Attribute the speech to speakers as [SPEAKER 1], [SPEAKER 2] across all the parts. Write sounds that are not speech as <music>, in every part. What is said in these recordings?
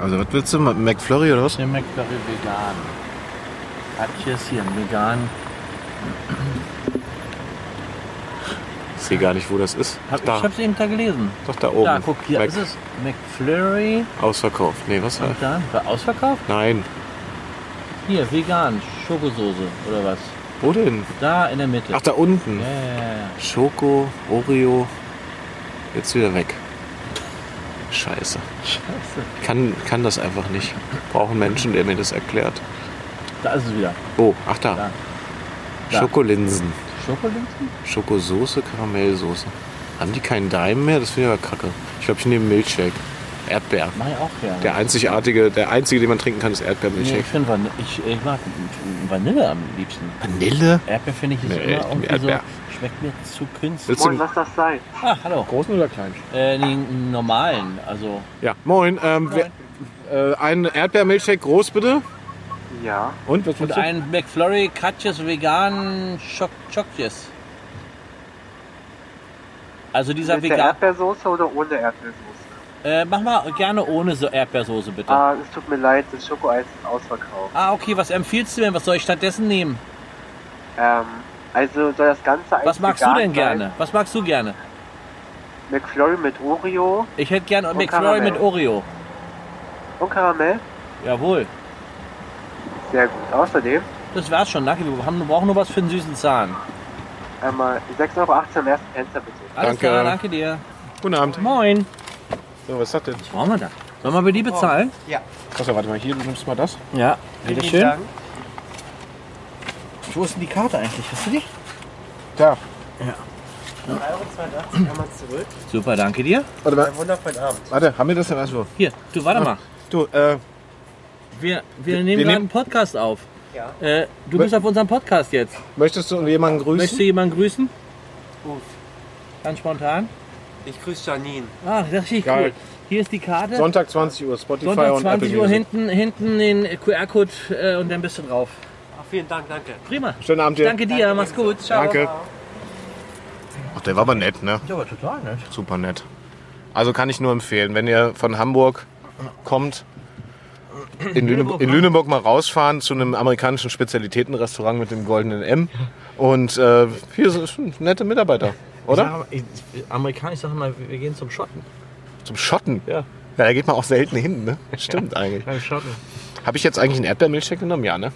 [SPEAKER 1] Also was willst du? McFlurry oder was?
[SPEAKER 2] Der McFlurry vegan. Hat hier ist hier ein vegan.
[SPEAKER 3] Ich sehe gar nicht, wo das ist.
[SPEAKER 2] Hab,
[SPEAKER 3] da,
[SPEAKER 2] Ich hab's eben da gelesen.
[SPEAKER 3] doch da oben.
[SPEAKER 2] Da, guck, hier
[SPEAKER 3] Mac
[SPEAKER 2] ist es. McFlurry
[SPEAKER 3] Ausverkauft. Nee, was?
[SPEAKER 2] vegan. War ausverkauft?
[SPEAKER 3] Nein.
[SPEAKER 2] Hier, vegan. Schokosoße oder was?
[SPEAKER 3] Wo denn?
[SPEAKER 2] Da in der Mitte.
[SPEAKER 3] Ach, da unten.
[SPEAKER 2] Ja, ja, ja, ja.
[SPEAKER 3] Schoko, Oreo. Jetzt wieder weg. Scheiße.
[SPEAKER 2] Scheiße.
[SPEAKER 3] Kann, kann das einfach nicht. Brauchen Menschen, der mir das erklärt.
[SPEAKER 2] Da ist es wieder.
[SPEAKER 3] Oh, ach da.
[SPEAKER 2] Da. Da.
[SPEAKER 3] Schokolinsen.
[SPEAKER 2] Schokolinsen?
[SPEAKER 3] Schokosoße, Karamellsoße. Haben die keinen Dime mehr? Das finde ich aber kacke. Ich glaube, ich nehme Milchshake. Erdbeer.
[SPEAKER 2] Mach ich auch gerne.
[SPEAKER 3] Der einzigartige, der einzige, den man trinken kann, ist
[SPEAKER 2] nee, ich,
[SPEAKER 3] Erdbeermilchshake.
[SPEAKER 2] find Van ich, ich mag Vanille am liebsten.
[SPEAKER 3] Vanille?
[SPEAKER 2] Erdbeer finde ich ist
[SPEAKER 3] Nee,
[SPEAKER 2] immer
[SPEAKER 3] echt,
[SPEAKER 2] irgendwie
[SPEAKER 3] Erdbeer.
[SPEAKER 2] so. Schmeckt mir zu künstlich.
[SPEAKER 3] Willst du
[SPEAKER 4] Moin,
[SPEAKER 3] einen
[SPEAKER 4] lass das sein.
[SPEAKER 2] Ah, hallo.
[SPEAKER 3] großen oder kleinen?
[SPEAKER 2] Äh, nee, einen normalen. Also,
[SPEAKER 3] Ja. Moin. Ähm, wer- äh, einen Erdbeermilchshake groß bitte.
[SPEAKER 4] Ja.
[SPEAKER 3] Und was
[SPEAKER 2] Und
[SPEAKER 3] willst du?
[SPEAKER 2] ein McFlurry Katjes Vegan Choc Chocjes. Also dieser
[SPEAKER 4] Mit der
[SPEAKER 2] Vegan.
[SPEAKER 4] Erdbeersoße oder ohne Erdbeersoße?
[SPEAKER 2] Äh, mach mal gerne ohne so Erdbeersoße bitte. Ah.
[SPEAKER 4] Ah, es tut mir leid, das Schokoeis ist ausverkauft.
[SPEAKER 2] okay, was empfiehlst du denn? Was soll ich stattdessen nehmen?
[SPEAKER 4] Ähm, also soll das Ganze eigentlich
[SPEAKER 2] Was magst du
[SPEAKER 4] vegan
[SPEAKER 2] denn
[SPEAKER 4] sein?
[SPEAKER 2] gerne? Was magst du gerne?
[SPEAKER 4] McFlurry mit Oreo
[SPEAKER 2] Ich hätte gerne
[SPEAKER 4] Und
[SPEAKER 2] McFlurry
[SPEAKER 4] Karamell.
[SPEAKER 2] mit Oreo.
[SPEAKER 4] und Karamell.
[SPEAKER 2] Jawohl.
[SPEAKER 4] Sehr gut. Außerdem
[SPEAKER 2] Das war's schon, Naki. Wir haben, brauchen nur was für einen süßen Zahn.
[SPEAKER 4] einmal 6,18 Euro am ersten Fenster bitte.
[SPEAKER 2] Alles
[SPEAKER 3] Danke.
[SPEAKER 2] klar, danke dir.
[SPEAKER 3] Guten Abend.
[SPEAKER 2] Moin.
[SPEAKER 3] So, was sagt denn?
[SPEAKER 2] Was brauchen wir da? Sollen wir bei dir bezahlen?
[SPEAKER 3] Achso, warte mal, hier, du nimmst mal das.
[SPEAKER 2] Ja. Bitteschön.
[SPEAKER 4] Oh, Dank.
[SPEAKER 2] Wo ist denn die Karte eigentlich? Hast du die?
[SPEAKER 3] Da.
[SPEAKER 4] 3,82 Euro einmal zurück.
[SPEAKER 2] Super, danke dir.
[SPEAKER 3] Warte mal,
[SPEAKER 4] Einen wundervollen Abend.
[SPEAKER 3] warte, haben wir das denn also? erstmal?
[SPEAKER 2] Hier, du warte mal.
[SPEAKER 3] Du, äh,
[SPEAKER 2] Wir, wir nehmen gerade
[SPEAKER 3] nehmen-
[SPEAKER 2] einen Podcast auf.
[SPEAKER 4] Ja.
[SPEAKER 2] Äh, du bist auf unserem Podcast jetzt.
[SPEAKER 3] möchtest du jemanden grüßen?
[SPEAKER 2] Möchtest du jemanden grüßen?
[SPEAKER 4] Gut.
[SPEAKER 2] Ganz spontan.
[SPEAKER 4] Ich grüße Janine.
[SPEAKER 2] Ah, das ist richtig
[SPEAKER 3] Geil.
[SPEAKER 2] cool. Hier ist die Karte.
[SPEAKER 3] Sonntag 20 Uhr, Spotify
[SPEAKER 2] Sonntag
[SPEAKER 3] und
[SPEAKER 2] 20
[SPEAKER 3] Apple
[SPEAKER 2] Uhr
[SPEAKER 3] Music.
[SPEAKER 2] hinten, hinten den QR-Code äh, und dann bist du drauf.
[SPEAKER 4] vielen Dank, danke.
[SPEAKER 2] Prima.
[SPEAKER 3] Schönen Abend dir.
[SPEAKER 2] Danke dir, mach's gut. Ciao.
[SPEAKER 3] Danke. Ach, der war aber nett, ne?
[SPEAKER 2] Ja, aber total nett.
[SPEAKER 3] Super nett. Also kann ich nur empfehlen, wenn ihr von Hamburg kommt, in, Lüneburg, in Lüneburg mal rausfahren zu einem amerikanischen Spezialitätenrestaurant mit dem goldenen M. Und äh, hier sind nette Mitarbeiter, oder?
[SPEAKER 2] Ich sag, mal, ich, Amerikaner, sagen mal, wir gehen zum Schotten.
[SPEAKER 3] Zum Schotten.
[SPEAKER 2] Ja.
[SPEAKER 3] Ja, da geht man auch selten hin, ne? Stimmt eigentlich.
[SPEAKER 2] Beim Schotten.
[SPEAKER 3] Habe ich jetzt eigentlich einen Erdbeermilchshake genommen? Ja, ne?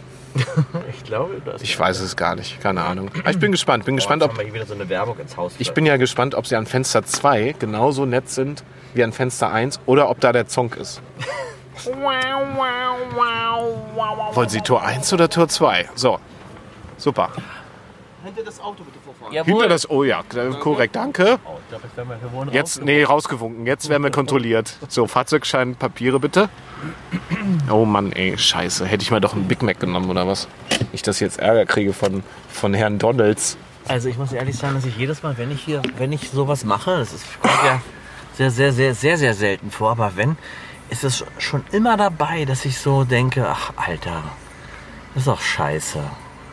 [SPEAKER 2] Ich glaube, das
[SPEAKER 3] Ich weiß es gar nicht. Keine Ahnung. Aber ich bin gespannt. Bin gespannt, ob,
[SPEAKER 2] wir hier wieder so eine Werbung ins Haus.
[SPEAKER 3] ich bin ja gespannt, ob sie an Fenster 2 genauso nett sind wie an Fenster 1 oder ob da der Zonk ist. Wollen Sie Tor 1 oder Tor 2? So. Super.
[SPEAKER 4] Hinter das Auto bitte vorfahren.
[SPEAKER 3] Hinter
[SPEAKER 2] Jawohl.
[SPEAKER 3] das. Oh ja, korrekt, danke.
[SPEAKER 2] Oh, ich glaube, ich werde mal verwohnen.
[SPEAKER 3] Jetzt, nee, rausgewunken. Jetzt werden wir kontrolliert. So, Fahrzeugschein, Papiere bitte. Oh Mann, ey, scheiße. Hätte ich mal doch einen Big Mac genommen oder was? Nicht, dass ich jetzt Ärger kriege von, von Herrn Donalds.
[SPEAKER 2] Also ich muss ehrlich sagen, dass ich jedes Mal, wenn ich hier, wenn ich sowas mache, das ist, kommt ja sehr, sehr, sehr, sehr, sehr selten vor, aber wenn, ist es schon immer dabei, dass ich so denke, ach Alter, das ist doch scheiße.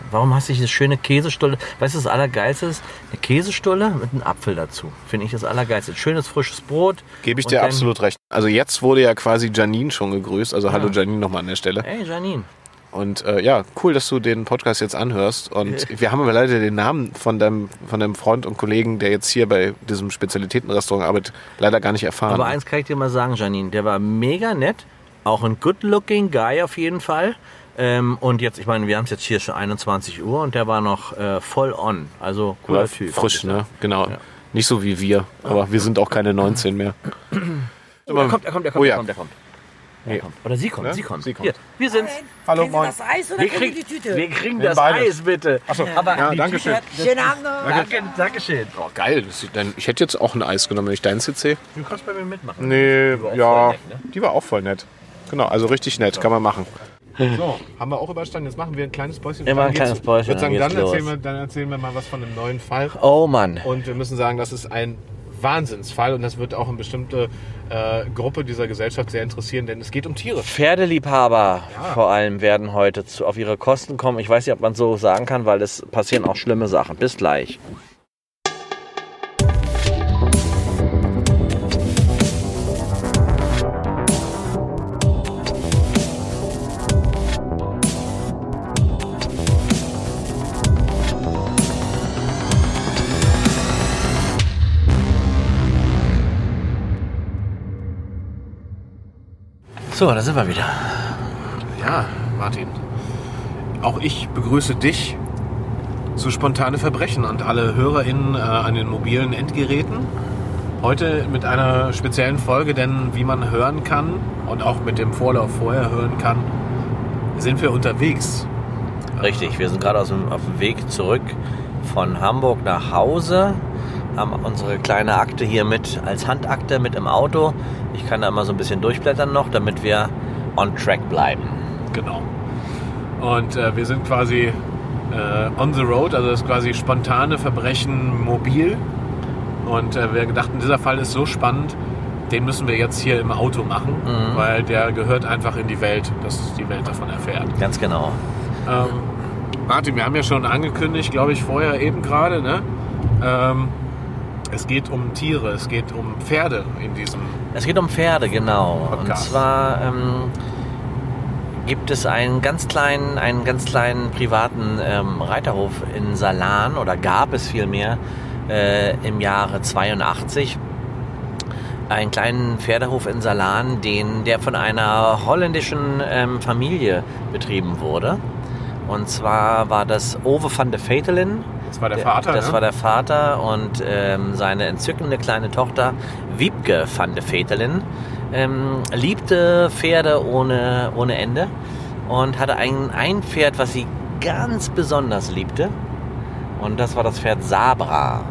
[SPEAKER 2] Warum hast du nicht das schöne Käsestulle? Weißt du, das Allergeilste ist eine Käsestulle mit einem Apfel dazu. Finde ich das Allergeilste. Schönes frisches Brot.
[SPEAKER 3] Gebe ich
[SPEAKER 2] und
[SPEAKER 3] dir
[SPEAKER 2] dann-
[SPEAKER 3] absolut recht. Also jetzt wurde ja quasi Janine schon gegrüßt. Also hallo Janine nochmal an der Stelle.
[SPEAKER 2] Ey, Janine.
[SPEAKER 3] Und äh, ja, cool, dass du den Podcast jetzt anhörst.
[SPEAKER 2] <laughs>
[SPEAKER 3] Und wir haben aber leider den Namen von deinem, von deinem Freund und Kollegen, der jetzt hier bei diesem Spezialitätenrestaurant arbeitet, leider gar nicht erfahren.
[SPEAKER 2] Aber eins kann ich dir mal sagen, Janine, der war mega nett, auch ein good-looking Guy auf jeden Fall. Ähm, und jetzt, ich meine, wir haben es jetzt hier schon 21 Uhr und der war noch äh, voll on. Also cooler
[SPEAKER 3] War
[SPEAKER 2] Typ.
[SPEAKER 3] Frisch, ne? Genau. Nicht so wie wir, aber wir sind auch keine 19 mehr.
[SPEAKER 2] Oh, er kommt, er kommt, er kommt,
[SPEAKER 3] Oh
[SPEAKER 2] er
[SPEAKER 3] ja.
[SPEAKER 2] kommt, er kommt.
[SPEAKER 3] Nee.
[SPEAKER 2] Oder sie kommt,
[SPEAKER 3] Ne?
[SPEAKER 2] sie kommt.
[SPEAKER 3] Sie kommt.
[SPEAKER 2] Hier, wir sind.
[SPEAKER 3] Hallo,
[SPEAKER 5] Kriegen Sie das Eis oder
[SPEAKER 2] Wir
[SPEAKER 5] kriegen Sie die
[SPEAKER 2] kriegen,
[SPEAKER 5] Tüte?
[SPEAKER 2] wir kriegen das
[SPEAKER 3] beides.
[SPEAKER 2] Eis, bitte. Achso, aber
[SPEAKER 3] Ja,
[SPEAKER 2] die
[SPEAKER 3] danke
[SPEAKER 2] Tüte
[SPEAKER 3] schön.
[SPEAKER 2] hat-
[SPEAKER 5] Schönen Abend noch.
[SPEAKER 2] Danke, danke schön.
[SPEAKER 3] Oh, geil. Das sieht dann- Ich hätte jetzt auch ein Eis genommen, wenn ich deins jetzt sehe.
[SPEAKER 2] Du kannst bei mir mitmachen.
[SPEAKER 3] Nee,
[SPEAKER 2] war auch
[SPEAKER 3] ja.
[SPEAKER 2] voll nett, ne?
[SPEAKER 3] Die war auch voll nett. Genau, also richtig nett, kann man machen. So, haben wir auch überstanden. Jetzt machen wir ein kleines Päuschen.
[SPEAKER 2] Wir machen ein
[SPEAKER 3] Dann geht's-
[SPEAKER 2] kleines Päuschen,
[SPEAKER 3] würd sagen,
[SPEAKER 2] dann
[SPEAKER 3] dann,
[SPEAKER 2] geht's
[SPEAKER 3] erzählen
[SPEAKER 2] los.
[SPEAKER 3] wir, dann erzählen wir mal was von einem neuen Fall.
[SPEAKER 2] Oh Mann.
[SPEAKER 3] Und wir müssen sagen, das ist ein Wahnsinnsfall und das wird auch eine bestimmte äh, Gruppe dieser Gesellschaft sehr interessieren, denn es geht um Tiere.
[SPEAKER 2] Pferdeliebhaber vor allem werden heute zu, auf ihre Kosten kommen. Ich weiß nicht, ob man so sagen kann, weil es passieren auch schlimme Sachen. Bis gleich. So, da sind wir wieder.
[SPEAKER 5] Ja, Martin. Auch ich begrüße dich zu Spontane Verbrechen und alle HörerInnen äh, an den mobilen Endgeräten. Heute mit einer speziellen Folge, denn wie man hören kann und auch mit dem Vorlauf vorher hören kann, sind wir unterwegs.
[SPEAKER 2] Richtig, wir sind gerade aus dem, auf dem Weg zurück von Hamburg nach Hause, haben unsere kleine Akte hier mit als Handakte mit im Auto. Ich kann da immer so ein bisschen durchblättern noch, damit wir on track bleiben.
[SPEAKER 5] Genau. Und äh, wir sind quasi äh, on the road, also das ist quasi spontane Verbrechen mobil. Und äh, wir dachten, dieser Fall ist so spannend, den müssen wir jetzt hier im Auto machen,
[SPEAKER 2] Mhm.
[SPEAKER 5] weil der gehört einfach in die Welt, dass die Welt davon erfährt.
[SPEAKER 2] Ganz genau.
[SPEAKER 5] Ähm, Martin, wir haben ja schon angekündigt, glaube ich, vorher eben gerade, ne? Ähm, es geht um Tiere, es geht um Pferde in diesem.
[SPEAKER 2] Es geht um Pferde, genau. Und
[SPEAKER 5] Podcast.
[SPEAKER 2] zwar ähm, gibt es einen ganz kleinen, einen ganz kleinen privaten ähm, Reiterhof in Salan oder gab es vielmehr äh, im Jahre 82 einen kleinen Pferdehof in Salan, den, der von einer holländischen ähm, Familie betrieben wurde. Und zwar war das Ove van de Vetelin.
[SPEAKER 5] Das war der Vater,
[SPEAKER 2] Das
[SPEAKER 5] ne?
[SPEAKER 2] war der Vater und ähm, seine entzückende kleine Tochter Wiebke van de Vetelin ähm, liebte Pferde ohne, ohne Ende und hatte ein, ein Pferd, was sie ganz besonders liebte. Und das war das Pferd Sabra.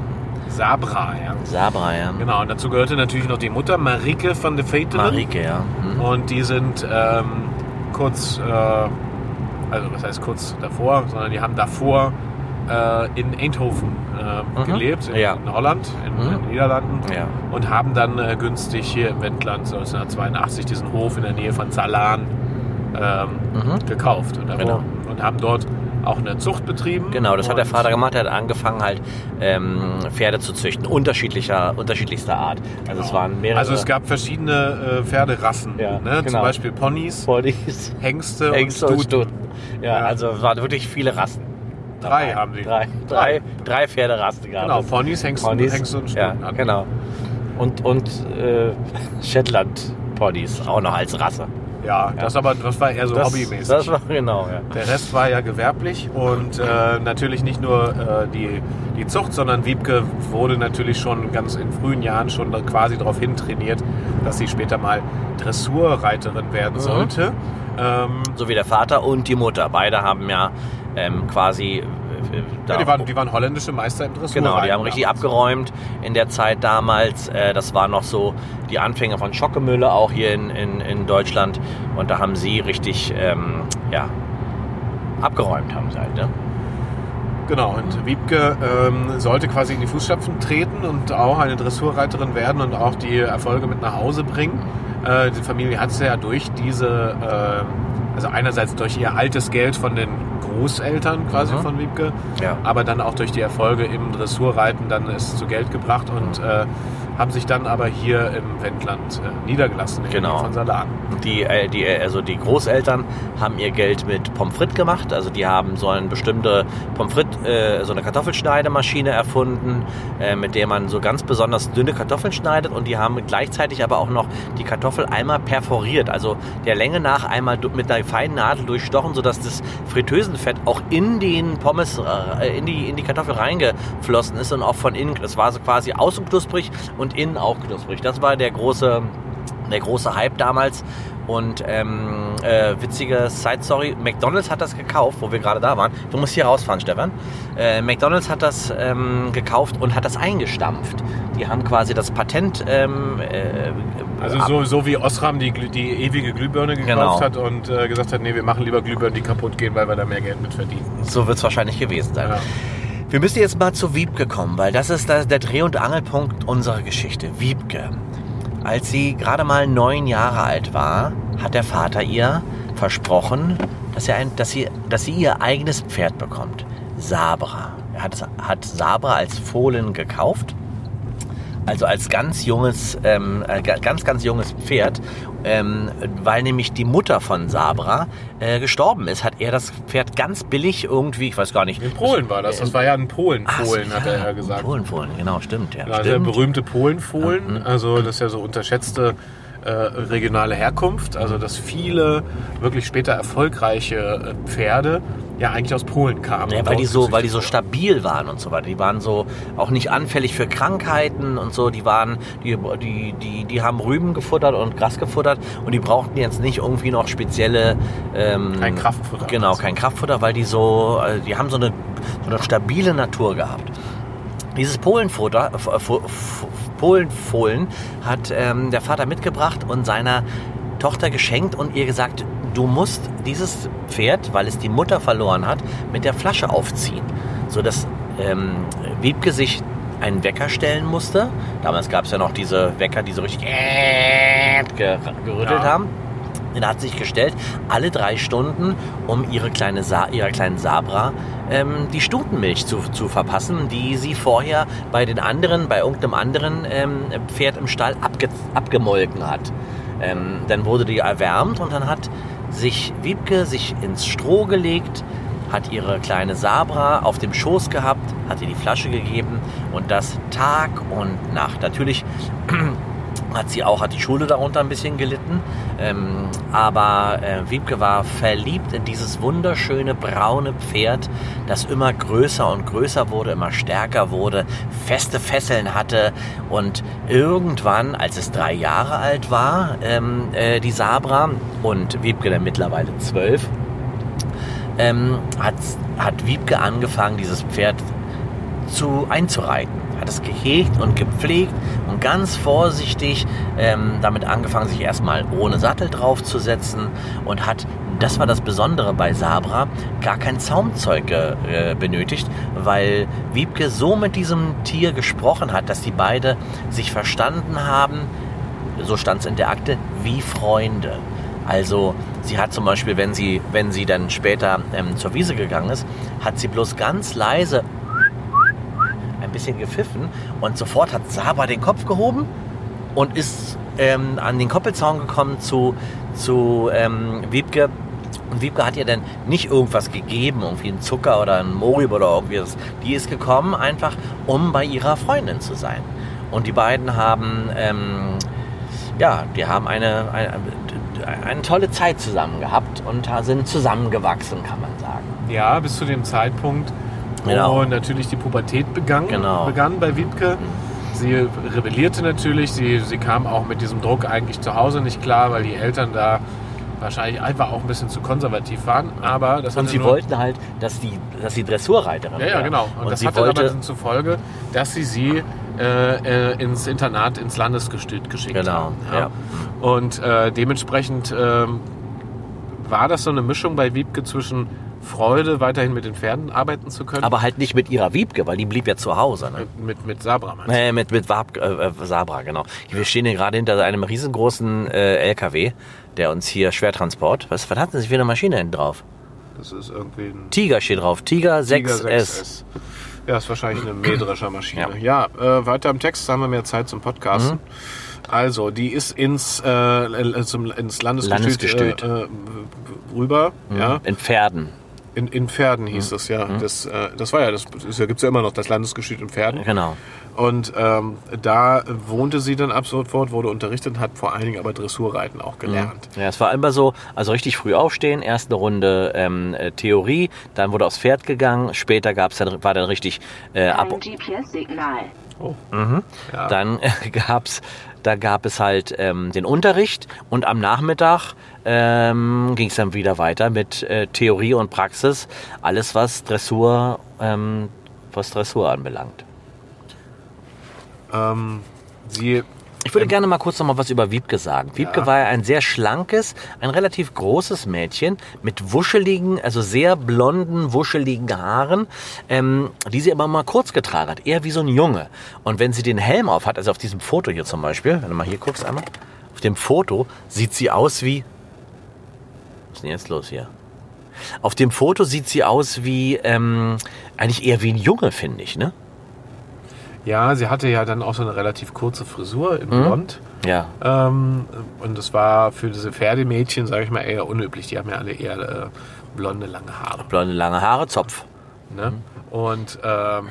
[SPEAKER 5] Sabra, ja.
[SPEAKER 2] Sabra, ja.
[SPEAKER 5] Genau, und dazu gehörte natürlich noch die Mutter, Marike van de Vetelen.
[SPEAKER 2] Marike, ja. Mhm.
[SPEAKER 5] Und die sind ähm, kurz, äh, also was heißt kurz davor, sondern die haben davor äh, in Eindhoven äh,
[SPEAKER 2] Mhm.
[SPEAKER 5] gelebt, in,
[SPEAKER 2] Ja.
[SPEAKER 5] in Holland, in,
[SPEAKER 2] Mhm.
[SPEAKER 5] in den Niederlanden.
[SPEAKER 2] Ja.
[SPEAKER 5] Und haben dann äh, günstig hier im Wendland 1982 diesen Hof in der Nähe von Salan ähm,
[SPEAKER 2] Mhm.
[SPEAKER 5] gekauft. Und, da
[SPEAKER 2] Genau.
[SPEAKER 5] wo- und haben dort auch eine Zucht betrieben.
[SPEAKER 2] Genau, das hat der
[SPEAKER 5] Und-
[SPEAKER 2] Vater gemacht. Er hat angefangen, halt ähm, Pferde zu züchten, unterschiedlicher, unterschiedlichster Art. Also es waren mehrere.
[SPEAKER 5] Also es gab verschiedene äh, Pferderassen,
[SPEAKER 2] Ja,
[SPEAKER 5] ne? zum
[SPEAKER 2] genau.
[SPEAKER 5] Beispiel Ponys,
[SPEAKER 2] Ponys,
[SPEAKER 5] Hengste,
[SPEAKER 2] Hengste
[SPEAKER 5] und
[SPEAKER 2] und
[SPEAKER 5] Stuten.
[SPEAKER 2] Stuten. Ja,
[SPEAKER 5] Ja.
[SPEAKER 2] also es waren wirklich viele Rassen.
[SPEAKER 5] Drei
[SPEAKER 2] dabei.
[SPEAKER 5] haben die.
[SPEAKER 2] Drei, drei, drei Pferderassen gab
[SPEAKER 5] Genau,
[SPEAKER 2] es.
[SPEAKER 5] Ponys, Hengste,
[SPEAKER 2] Ponys,
[SPEAKER 5] Hengste und
[SPEAKER 2] ja,
[SPEAKER 5] Stuten. hatten wir.
[SPEAKER 2] genau. Und, und äh, <laughs> Shetland-Ponys auch noch als Rasse.
[SPEAKER 5] Ja, das aber das war eher so
[SPEAKER 2] Das,
[SPEAKER 5] hobbymäßig.
[SPEAKER 2] das war <laughs> genau, ja.
[SPEAKER 5] der Rest war ja gewerblich und äh, natürlich nicht nur äh, die, die Zucht, sondern Wiebke wurde natürlich schon ganz in frühen Jahren schon da quasi darauf hin trainiert, dass sie später mal Dressurreiterin
[SPEAKER 2] Mhm.
[SPEAKER 5] werden sollte. Ähm,
[SPEAKER 2] So wie der Vater und die Mutter. Beide haben ja ähm, quasi. äh, da
[SPEAKER 5] ja, die, waren, die waren holländische Meister im Dressur.
[SPEAKER 2] Genau, die haben richtig abgeräumt in der Zeit damals. Äh, Das waren noch so die Anfänge von Schockemühle auch hier in, in, in Deutschland. Und da haben sie richtig, ähm, ja, abgeräumt haben sie halt, ne?
[SPEAKER 5] Genau, und Wiebke ähm, sollte quasi in die Fußstapfen treten und auch eine Dressurreiterin werden und auch die Erfolge mit nach Hause bringen. Äh, die Familie hat es ja durch diese, äh, also einerseits durch ihr altes Geld von den Großeltern quasi
[SPEAKER 2] Mhm.
[SPEAKER 5] von Wiebke,
[SPEAKER 2] Ja.
[SPEAKER 5] aber dann auch durch die Erfolge im Dressurreiten dann es zu Geld gebracht und
[SPEAKER 2] Mhm.
[SPEAKER 5] äh, haben sich dann aber hier im Wendland äh, niedergelassen, in der
[SPEAKER 2] Genau.
[SPEAKER 5] Nähe von Salan.
[SPEAKER 2] Die, äh, die, äh, also die Großeltern haben ihr Geld mit Pommes frites gemacht. Also die haben so eine bestimmte Pommes frites, äh, so eine Kartoffelschneidemaschine erfunden, äh, mit der man so ganz besonders dünne Kartoffeln schneidet. Und die haben gleichzeitig aber auch noch die Kartoffel einmal perforiert. Also der Länge nach einmal du- mit einer feinen Nadel durchstochen, sodass das Fritteusenfett auch in den Pommes, äh, in, die, in die Kartoffel reingeflossen ist und auch von innen. Das war so quasi außen knusprig und innen auch knusprig. Das war der große der große Hype damals. Und ähm, äh, witzige Side-Story, McDonald's hat das gekauft, wo wir gerade da waren. Du musst hier rausfahren, Stefan. Äh, McDonald's hat das ähm, gekauft und hat das eingestampft. Die haben quasi das Patent... Ähm, äh,
[SPEAKER 5] Also
[SPEAKER 2] ab-
[SPEAKER 5] so, so wie Osram die, Glüh- die ewige Glühbirne gekauft
[SPEAKER 2] Genau.
[SPEAKER 5] hat und äh, gesagt hat, nee, wir machen lieber Glühbirnen, die kaputt gehen, weil wir da mehr Geld mit verdienen.
[SPEAKER 2] so wird es wahrscheinlich gewesen sein.
[SPEAKER 5] Ja.
[SPEAKER 2] Wir müssen jetzt mal zu Wiebke kommen, weil das ist das, der Dreh- und Angelpunkt unserer Geschichte. Wiebke. Als sie gerade mal neun Jahre alt war, hat der Vater ihr versprochen, dass, er ein, dass, sie, dass sie ihr eigenes Pferd bekommt. Sabra. Er hat, hat Sabra als Fohlen gekauft also als ganz junges, ähm, äh, ga- ganz, ganz junges Pferd, ähm, weil nämlich die Mutter von Sabra äh, gestorben ist, hat er das Pferd ganz billig irgendwie, ich weiß gar nicht.
[SPEAKER 5] In Polen war das. Das war ja ein
[SPEAKER 2] Ach so,
[SPEAKER 5] Polen-Fohlen, hat er ja gesagt.
[SPEAKER 2] Polen, Polen, genau, stimmt. mhm. Ja,
[SPEAKER 5] Ja, der
[SPEAKER 2] stimmt.
[SPEAKER 5] berühmte Polenfohlen. Also das ist ja so unterschätzte äh, regionale Herkunft. Also dass viele wirklich später erfolgreiche äh, Pferde ja eigentlich aus Polen kamen.
[SPEAKER 2] Ja,
[SPEAKER 5] Und
[SPEAKER 2] weil die so,
[SPEAKER 5] ausgezüchtet
[SPEAKER 2] weil die so
[SPEAKER 5] wurden.
[SPEAKER 2] stabil waren und so weiter. Die waren so auch nicht anfällig für Krankheiten und so. Die waren, die, die, die, die haben Rüben gefuttert und Gras gefuttert und die brauchten jetzt nicht irgendwie noch spezielle. Ähm,
[SPEAKER 5] Kein Kraftfutter.
[SPEAKER 2] Genau, kein Kraftfutter, weil die so, äh, die haben so eine, so eine stabile Natur gehabt. Dieses Polenfutter, äh, Fu- Fu- Fu- Polenfohlen hat ähm, der Vater mitgebracht und seiner Tochter geschenkt und ihr gesagt, du musst dieses Pferd, weil es die Mutter verloren hat, mit der Flasche aufziehen. So dass ähm, Wiebke sich einen Wecker stellen musste. Damals gab es ja noch diese Wecker, die so richtig äh, ger- gerüttelt
[SPEAKER 5] Ja.
[SPEAKER 2] haben. Und da hat sich gestellt, alle drei Stunden, um ihre kleine Sa ihrer kleinen Sabra ähm, die Stutenmilch zu, zu verpassen, die sie vorher bei den anderen, bei irgendeinem anderen ähm, Pferd im Stall abge abgemolken hat. Ähm, dann wurde die erwärmt und dann hat sich Wiebke sich ins Stroh gelegt, hat ihre kleine Sabra auf dem Schoß gehabt, hat ihr die Flasche gegeben und das Tag und Nacht. Natürlich hat sie auch, hat die Schule darunter ein bisschen gelitten. Ähm, aber äh, Wiebke war verliebt in dieses wunderschöne braune Pferd, das immer größer und größer wurde, immer stärker wurde, feste Fesseln hatte und irgendwann, als es drei Jahre alt war, ähm, äh, die Sabra und Wiebke dann mittlerweile zwölf, ähm, hat, hat Wiebke angefangen, dieses Pferd zu einzureiten. Hat es gehegt und gepflegt und ganz vorsichtig ähm, damit angefangen, sich erstmal ohne Sattel draufzusetzen und hat, das war das Besondere bei Sabra, gar kein Zaumzeug äh, benötigt, weil Wiebke so mit diesem Tier gesprochen hat, dass die beide sich verstanden haben, so stand es in der Akte, wie Freunde. Also sie hat zum Beispiel, wenn sie, wenn sie dann später ähm, zur Wiese gegangen ist, hat sie bloß ganz leise ein bisschen gepfiffen und sofort hat Saba den Kopf gehoben und ist ähm, an den Koppelzaun gekommen zu, zu ähm, Wiebke. Und Wiebke hat ihr dann nicht irgendwas gegeben, irgendwie einen Zucker oder einen Morib oder irgendwie das. Die ist gekommen einfach, um bei ihrer Freundin zu sein. Und die beiden haben, ähm, ja, die haben eine, eine, eine tolle Zeit zusammen gehabt und sind zusammengewachsen, kann man sagen.
[SPEAKER 5] Ja, bis zu dem Zeitpunkt, wo
[SPEAKER 2] Genau.
[SPEAKER 5] natürlich die Pubertät begann,
[SPEAKER 2] Genau.
[SPEAKER 5] begann bei Wiebke. Sie rebellierte natürlich, sie, sie kam auch mit diesem Druck eigentlich zu Hause nicht klar, weil die Eltern da wahrscheinlich einfach auch ein bisschen zu konservativ waren. Aber das
[SPEAKER 2] Und
[SPEAKER 5] hatte
[SPEAKER 2] sie
[SPEAKER 5] nur,
[SPEAKER 2] wollten halt, dass, die, dass sie Dressurreiterin
[SPEAKER 5] Ja, ja,
[SPEAKER 2] wäre.
[SPEAKER 5] genau. Und,
[SPEAKER 2] Und,
[SPEAKER 5] das
[SPEAKER 2] sie
[SPEAKER 5] hatte aber
[SPEAKER 2] wollte,
[SPEAKER 5] dann zur Folge, dass sie sie äh, äh, ins Internat, ins Landesgestüt geschickt
[SPEAKER 2] Genau,
[SPEAKER 5] haben.
[SPEAKER 2] ja.
[SPEAKER 5] Und äh, dementsprechend ähm, war das so eine Mischung bei Wiebke zwischen Freude, weiterhin mit den Pferden arbeiten zu können.
[SPEAKER 2] aber halt nicht mit ihrer Wiebke, weil die blieb ja zu Hause. Ne?
[SPEAKER 5] mit, mit Sabra meinst du?
[SPEAKER 2] Äh, mit mit Wab, äh, äh, Sabra, genau. Wir stehen hier gerade hinter einem riesengroßen äh, LKW, der uns hier Schwertransport. Was, was hat denn sich für eine Maschine hinten drauf?
[SPEAKER 5] Das ist irgendwie ein
[SPEAKER 2] Tiger steht drauf. Tiger 6S.
[SPEAKER 5] Tiger 6S. Ja, ist wahrscheinlich eine mähdrescher Maschine. Ja, äh, weiter im Text, da haben wir mehr Zeit zum Podcasten. Also, die ist ins, äh, äh, zum, ins Landesgestüt
[SPEAKER 2] Landesgestüt. Mhm.
[SPEAKER 5] äh, äh, rüber. Ja.
[SPEAKER 2] In Pferden.
[SPEAKER 5] In, in Pferden hieß es, ja. Das, äh, das war ja, das, das gibt es ja immer noch, das Landesgestüt in Pferden.
[SPEAKER 2] Genau.
[SPEAKER 5] Und ähm, da wohnte sie dann ab sofort, wurde unterrichtet und hat vor allen Dingen aber Dressurreiten auch gelernt.
[SPEAKER 2] Ja, es war immer so, also richtig früh aufstehen, erst eine Runde ähm, äh, Theorie, dann wurde aufs Pferd gegangen, später gab's dann, war dann richtig äh, ab,
[SPEAKER 6] Ein GPS-Signal.
[SPEAKER 5] Ja.
[SPEAKER 2] dann äh, <laughs> gab's, da gab es halt ähm, den Unterricht und am Nachmittag ähm, ging es dann wieder weiter mit äh, Theorie und Praxis, alles was Dressur, ähm, was Dressur anbelangt.
[SPEAKER 5] Sie
[SPEAKER 2] Ich würde gerne mal kurz noch mal was über Wiebke sagen. Wiebke war Ähm. ja ein sehr schlankes, ein relativ großes Mädchen mit wuscheligen, also sehr blonden, wuscheligen Haaren, ähm, die sie aber mal kurz getragen hat, eher wie so ein Junge. Und wenn sie den Helm auf hat, also auf diesem Foto hier zum Beispiel, wenn du mal hier guckst einmal, auf dem Foto sieht sie aus wie... Was ist denn jetzt los hier? Auf dem Foto sieht sie aus wie, ähm, eigentlich eher wie ein Junge, finde ich, ne?
[SPEAKER 5] Ja, sie hatte ja dann auch so eine relativ kurze Frisur in Blond.
[SPEAKER 2] Ja.
[SPEAKER 5] Ähm, und das war für diese Pferdemädchen, sage ich mal, eher unüblich. Die haben ja alle eher äh, blonde, lange Haare.
[SPEAKER 2] Mhm. Blonde, lange Haare, Zopf.
[SPEAKER 5] Ne? Und ähm,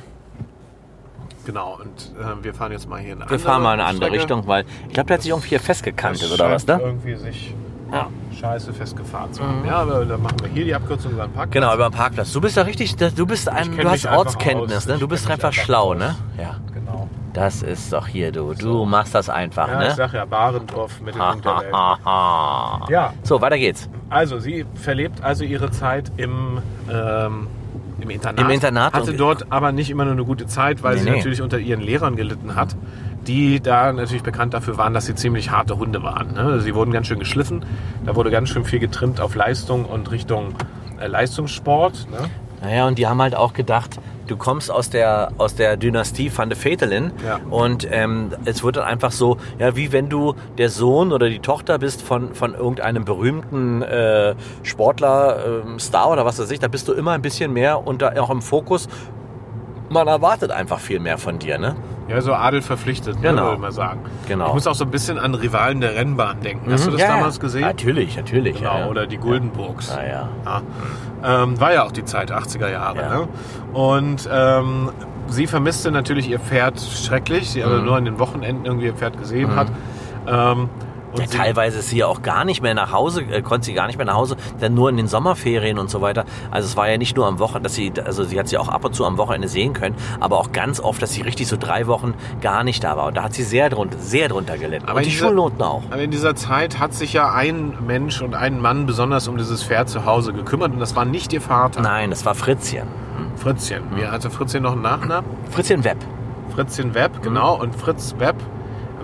[SPEAKER 5] Genau, und äh, wir fahren jetzt mal hier in eine
[SPEAKER 2] Wir fahren mal in eine andere
[SPEAKER 5] Strecke.
[SPEAKER 2] Richtung, weil ich glaube, der hat sich irgendwie hier festgekantet
[SPEAKER 5] Das
[SPEAKER 2] oder was,
[SPEAKER 5] scheint äh,
[SPEAKER 2] ne?
[SPEAKER 5] Irgendwie sich
[SPEAKER 2] Ja. Mhm.
[SPEAKER 5] scheiße festgefahren zu haben. Ja, aber dann machen wir hier die Abkürzung über den Park.
[SPEAKER 2] Genau, über den Parkplatz. Du bist ja richtig, du bist ein,
[SPEAKER 5] kenn
[SPEAKER 2] du hast
[SPEAKER 5] mich einfach
[SPEAKER 2] Ortskenntnis,
[SPEAKER 5] aus.
[SPEAKER 2] ne?
[SPEAKER 5] Ich
[SPEAKER 2] Du bist
[SPEAKER 5] kenn mich
[SPEAKER 2] einfach
[SPEAKER 5] einfach
[SPEAKER 2] schlau,
[SPEAKER 5] aus.
[SPEAKER 2] ne? Ja.
[SPEAKER 5] Genau.
[SPEAKER 2] Das ist doch hier, du. Du machst das einfach,
[SPEAKER 5] Ja, ich
[SPEAKER 2] ne?
[SPEAKER 5] sag ja, Barendorf mit
[SPEAKER 2] <laughs>
[SPEAKER 5] dem
[SPEAKER 2] Ha,
[SPEAKER 5] Unterwelt.
[SPEAKER 2] ha, ha.
[SPEAKER 5] Ja,
[SPEAKER 2] So, weiter geht's.
[SPEAKER 5] also sie verlebt also ihre Zeit im, ähm, im Internat.
[SPEAKER 2] Im Internat
[SPEAKER 5] Hatte
[SPEAKER 2] und-
[SPEAKER 5] dort aber nicht immer nur eine gute Zeit, weil
[SPEAKER 2] Nee,
[SPEAKER 5] sie
[SPEAKER 2] nee.
[SPEAKER 5] natürlich unter ihren Lehrern gelitten hat, die da natürlich bekannt dafür waren, dass sie ziemlich harte Hunde waren. Ne? Sie wurden ganz schön geschliffen. Da wurde ganz schön viel getrimmt auf Leistung und Richtung äh, Leistungssport. Ne?
[SPEAKER 2] Naja, und die haben halt auch gedacht, du kommst aus der, aus der Dynastie Van de Vetelin
[SPEAKER 5] Ja.
[SPEAKER 2] und ähm, es wird dann einfach so, ja, wie wenn du der Sohn oder die Tochter bist von, von irgendeinem berühmten äh, Sportler, ähm, Star oder was weiß ich, da bist du immer ein bisschen mehr und da auch im Fokus. Man erwartet einfach viel mehr von dir, ne?
[SPEAKER 5] Ja, so Adel verpflichtet,
[SPEAKER 2] Genau.
[SPEAKER 5] ne, würde man sagen.
[SPEAKER 2] Genau. Mhm.
[SPEAKER 5] Ich muss auch so ein bisschen an Rivalen der Rennbahn denken. Hast du das
[SPEAKER 2] Ja,
[SPEAKER 5] damals
[SPEAKER 2] ja.
[SPEAKER 5] gesehen?
[SPEAKER 2] Natürlich, natürlich.
[SPEAKER 5] Genau,
[SPEAKER 2] ja, ja.
[SPEAKER 5] oder die Guldenburgs.
[SPEAKER 2] Ah, ja.
[SPEAKER 5] Ja. Ähm, war ja auch die Zeit, 80er Jahre.
[SPEAKER 2] Ja.
[SPEAKER 5] Ne? Und ähm, sie vermisste natürlich ihr Pferd schrecklich, die
[SPEAKER 2] Mhm.
[SPEAKER 5] aber nur an den Wochenenden irgendwie ihr Pferd gesehen hat. Ähm, und
[SPEAKER 2] Ja,
[SPEAKER 5] sie-
[SPEAKER 2] teilweise ist sie ja auch gar nicht mehr nach Hause, äh, konnte sie gar nicht mehr nach Hause, denn nur in den Sommerferien und so weiter. Also es war ja nicht nur am Wochenende, dass sie, also sie hat sie auch ab und zu am Wochenende sehen können, aber auch ganz oft, dass sie richtig so drei Wochen gar nicht da war. Und da hat sie sehr drunter, sehr drunter gelitten.
[SPEAKER 5] Aber
[SPEAKER 2] und die
[SPEAKER 5] diese-
[SPEAKER 2] Schulnoten auch.
[SPEAKER 5] Aber in dieser Zeit hat sich ja ein Mensch und ein Mann besonders um dieses Pferd zu Hause gekümmert und das war nicht ihr Vater,
[SPEAKER 2] Nein, das war Fritzchen.
[SPEAKER 5] Fritzchen.
[SPEAKER 2] Mhm.
[SPEAKER 5] Wie, hatte Fritzchen noch einen Nachnamen?
[SPEAKER 2] Fritzchen Webb.
[SPEAKER 5] Fritzchen
[SPEAKER 2] Mhm.
[SPEAKER 5] Webb, genau. Und Fritz Webb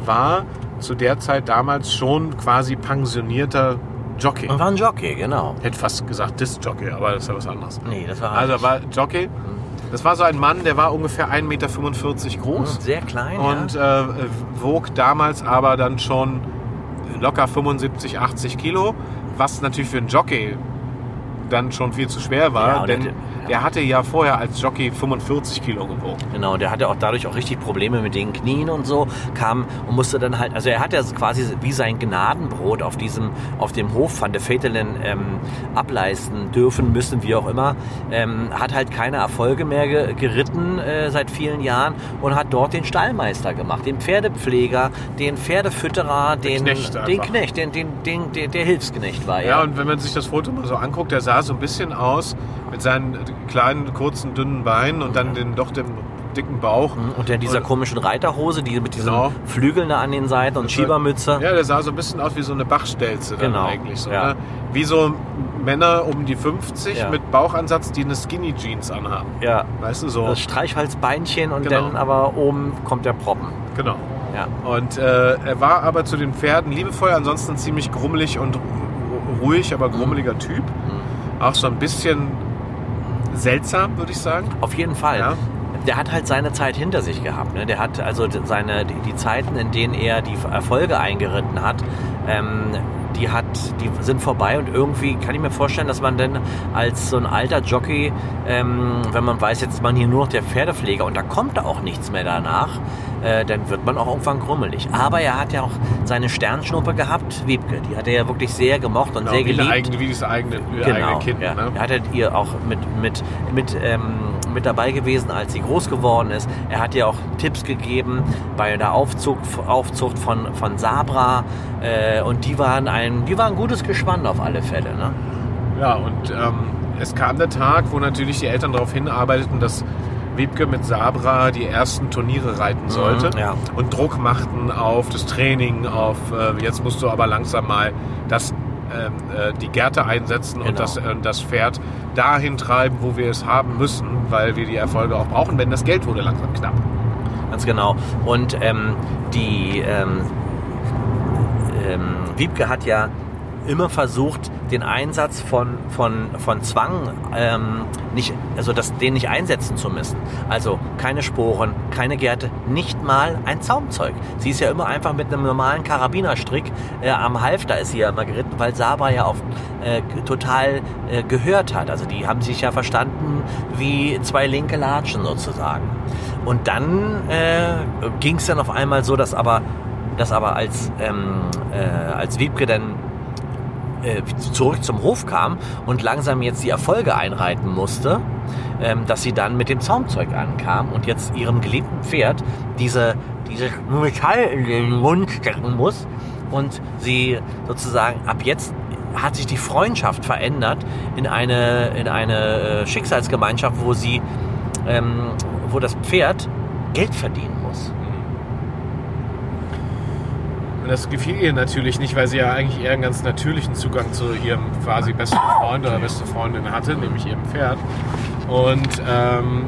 [SPEAKER 5] war zu der Zeit damals schon quasi pensionierter Jockey.
[SPEAKER 2] Und war ein Jockey, genau.
[SPEAKER 5] hätte fast gesagt Disc-Jockey, aber das ist ja was anderes.
[SPEAKER 2] Nee, das war
[SPEAKER 5] Also er war Jockey. Das war so ein Mann, der war ungefähr 1,45 Meter groß
[SPEAKER 2] sehr klein.
[SPEAKER 5] und
[SPEAKER 2] ja.
[SPEAKER 5] äh, wog damals aber dann schon locker 75, 80 Kilo, was natürlich für einen Jockey dann schon viel zu schwer war,
[SPEAKER 2] Ja, und
[SPEAKER 5] denn
[SPEAKER 2] hätte-
[SPEAKER 5] er hatte ja vorher als Jockey 45 Kilo gewogen.
[SPEAKER 2] Genau, der hatte auch dadurch auch richtig Probleme mit den Knien und so, kam und musste dann halt, also er hat ja quasi wie sein Gnadenbrot auf diesem, auf dem Hof van der Vetelen ähm, ableisten dürfen, müssen, wie auch immer, ähm, hat halt keine Erfolge mehr ge geritten äh, seit vielen Jahren und hat dort den Stallmeister gemacht, den Pferdepfleger, den Pferdefütterer, den
[SPEAKER 5] Knecht
[SPEAKER 2] den
[SPEAKER 5] einfach.
[SPEAKER 2] Knecht, den, den, den, der, der Hilfsknecht war.
[SPEAKER 5] Ja, und wenn man sich das Foto mal so anguckt, der sah so ein bisschen aus mit seinen kleinen, kurzen, dünnen Beinen und dann den doch dem dicken Bauch.
[SPEAKER 2] und der dieser
[SPEAKER 5] Und-
[SPEAKER 2] komischen Reiterhose, die mit diesen
[SPEAKER 5] Genau.
[SPEAKER 2] Flügeln da an den Seiten und Schiebermütze.
[SPEAKER 5] Ja, der sah so ein bisschen aus wie so eine Bachstelze dann
[SPEAKER 2] Genau,
[SPEAKER 5] eigentlich. So,
[SPEAKER 2] ja.
[SPEAKER 5] ne? Wie so Männer um die 50
[SPEAKER 2] Ja.
[SPEAKER 5] mit Bauchansatz, die eine Skinny Jeans anhaben.
[SPEAKER 2] ja.
[SPEAKER 5] Weißt du, so.
[SPEAKER 2] Das Streichholzbeinchen und
[SPEAKER 5] Genau.
[SPEAKER 2] dann aber oben kommt der Proppen.
[SPEAKER 5] genau.
[SPEAKER 2] Ja.
[SPEAKER 5] Und äh, er war aber zu den Pferden liebevoll, ansonsten ziemlich grummelig und ru- ruhig, aber grummeliger Typ.
[SPEAKER 2] Mhm.
[SPEAKER 5] Auch so ein bisschen seltsam, würde ich sagen.
[SPEAKER 2] Auf jeden Fall.
[SPEAKER 5] Ja.
[SPEAKER 2] Der hat halt seine Zeit hinter sich gehabt. Ne? Der hat also d- seine, die, die Zeiten, in denen er die Erfolge eingeritten hat, ähm, die hat, die sind vorbei und irgendwie kann ich mir vorstellen, dass man dann als so ein alter Jockey, ähm, wenn man weiß, jetzt ist man hier nur noch der Pferdepfleger und da kommt auch nichts mehr danach, äh, dann wird man auch irgendwann grummelig. Aber er hat ja auch seine Sternschnuppe gehabt, Wiebke. Die hat er ja wirklich sehr gemocht und
[SPEAKER 5] Genau,
[SPEAKER 2] sehr
[SPEAKER 5] wie, eine
[SPEAKER 2] geliebt.
[SPEAKER 5] eigene, wie das eigene, wie eigene Kind.
[SPEAKER 2] Genau, ja.
[SPEAKER 5] Ne?
[SPEAKER 2] Er hat ihr auch mit, mit, mit, ähm, mit dabei gewesen, als sie groß geworden ist. Er hat ihr auch Tipps gegeben bei der Aufzucht, Aufzucht von, von Sabra. Äh, und die waren, ein, die waren ein gutes Gespann auf alle Fälle. Ne?
[SPEAKER 5] Ja, und ähm, es kam der Tag, wo natürlich die Eltern darauf hinarbeiteten, dass Wiebke mit Sabra die ersten Turniere reiten sollte
[SPEAKER 2] Mhm, ja.
[SPEAKER 5] und Druck machten auf das Training, auf äh, jetzt musst du aber langsam mal das, ähm, äh, die Gärte einsetzen
[SPEAKER 2] Genau.
[SPEAKER 5] und das, äh, das Pferd dahin treiben, wo wir es haben müssen, weil wir die Erfolge auch brauchen, wenn das Geld wurde langsam knapp.
[SPEAKER 2] Ganz genau. Und ähm, die ähm, ähm, Wiebke hat ja immer versucht, den Einsatz von, von, von Zwang ähm, nicht, also das, den nicht einsetzen zu müssen. Also keine Sporen, keine Gärte, nicht mal ein Zaumzeug. Sie ist ja immer einfach mit einem normalen Karabinerstrick äh, am Halfter ist sie ja immer geritten, weil Sabra ja oft äh, g- total äh, gehört hat. Also die haben sich ja verstanden wie zwei linke Latschen sozusagen. Und dann äh, ging es dann auf einmal so, dass aber dass aber als, ähm, äh, als Wiebke dann äh, zurück zum Hof kam und langsam jetzt die Erfolge einreiten musste, ähm, dass sie dann mit dem Zaumzeug ankam und jetzt ihrem geliebten Pferd diese, dieses Metall in den Mund stecken muss und sie sozusagen ab jetzt hat sich die Freundschaft verändert in eine, in eine äh, Schicksalsgemeinschaft, wo sie, ähm, wo das Pferd Geld verdienen muss.
[SPEAKER 5] Und das gefiel ihr natürlich nicht, weil sie ja eigentlich eher einen ganz natürlichen Zugang zu ihrem quasi besten Freund oder beste Freundin hatte, nämlich ihrem Pferd. Und ähm,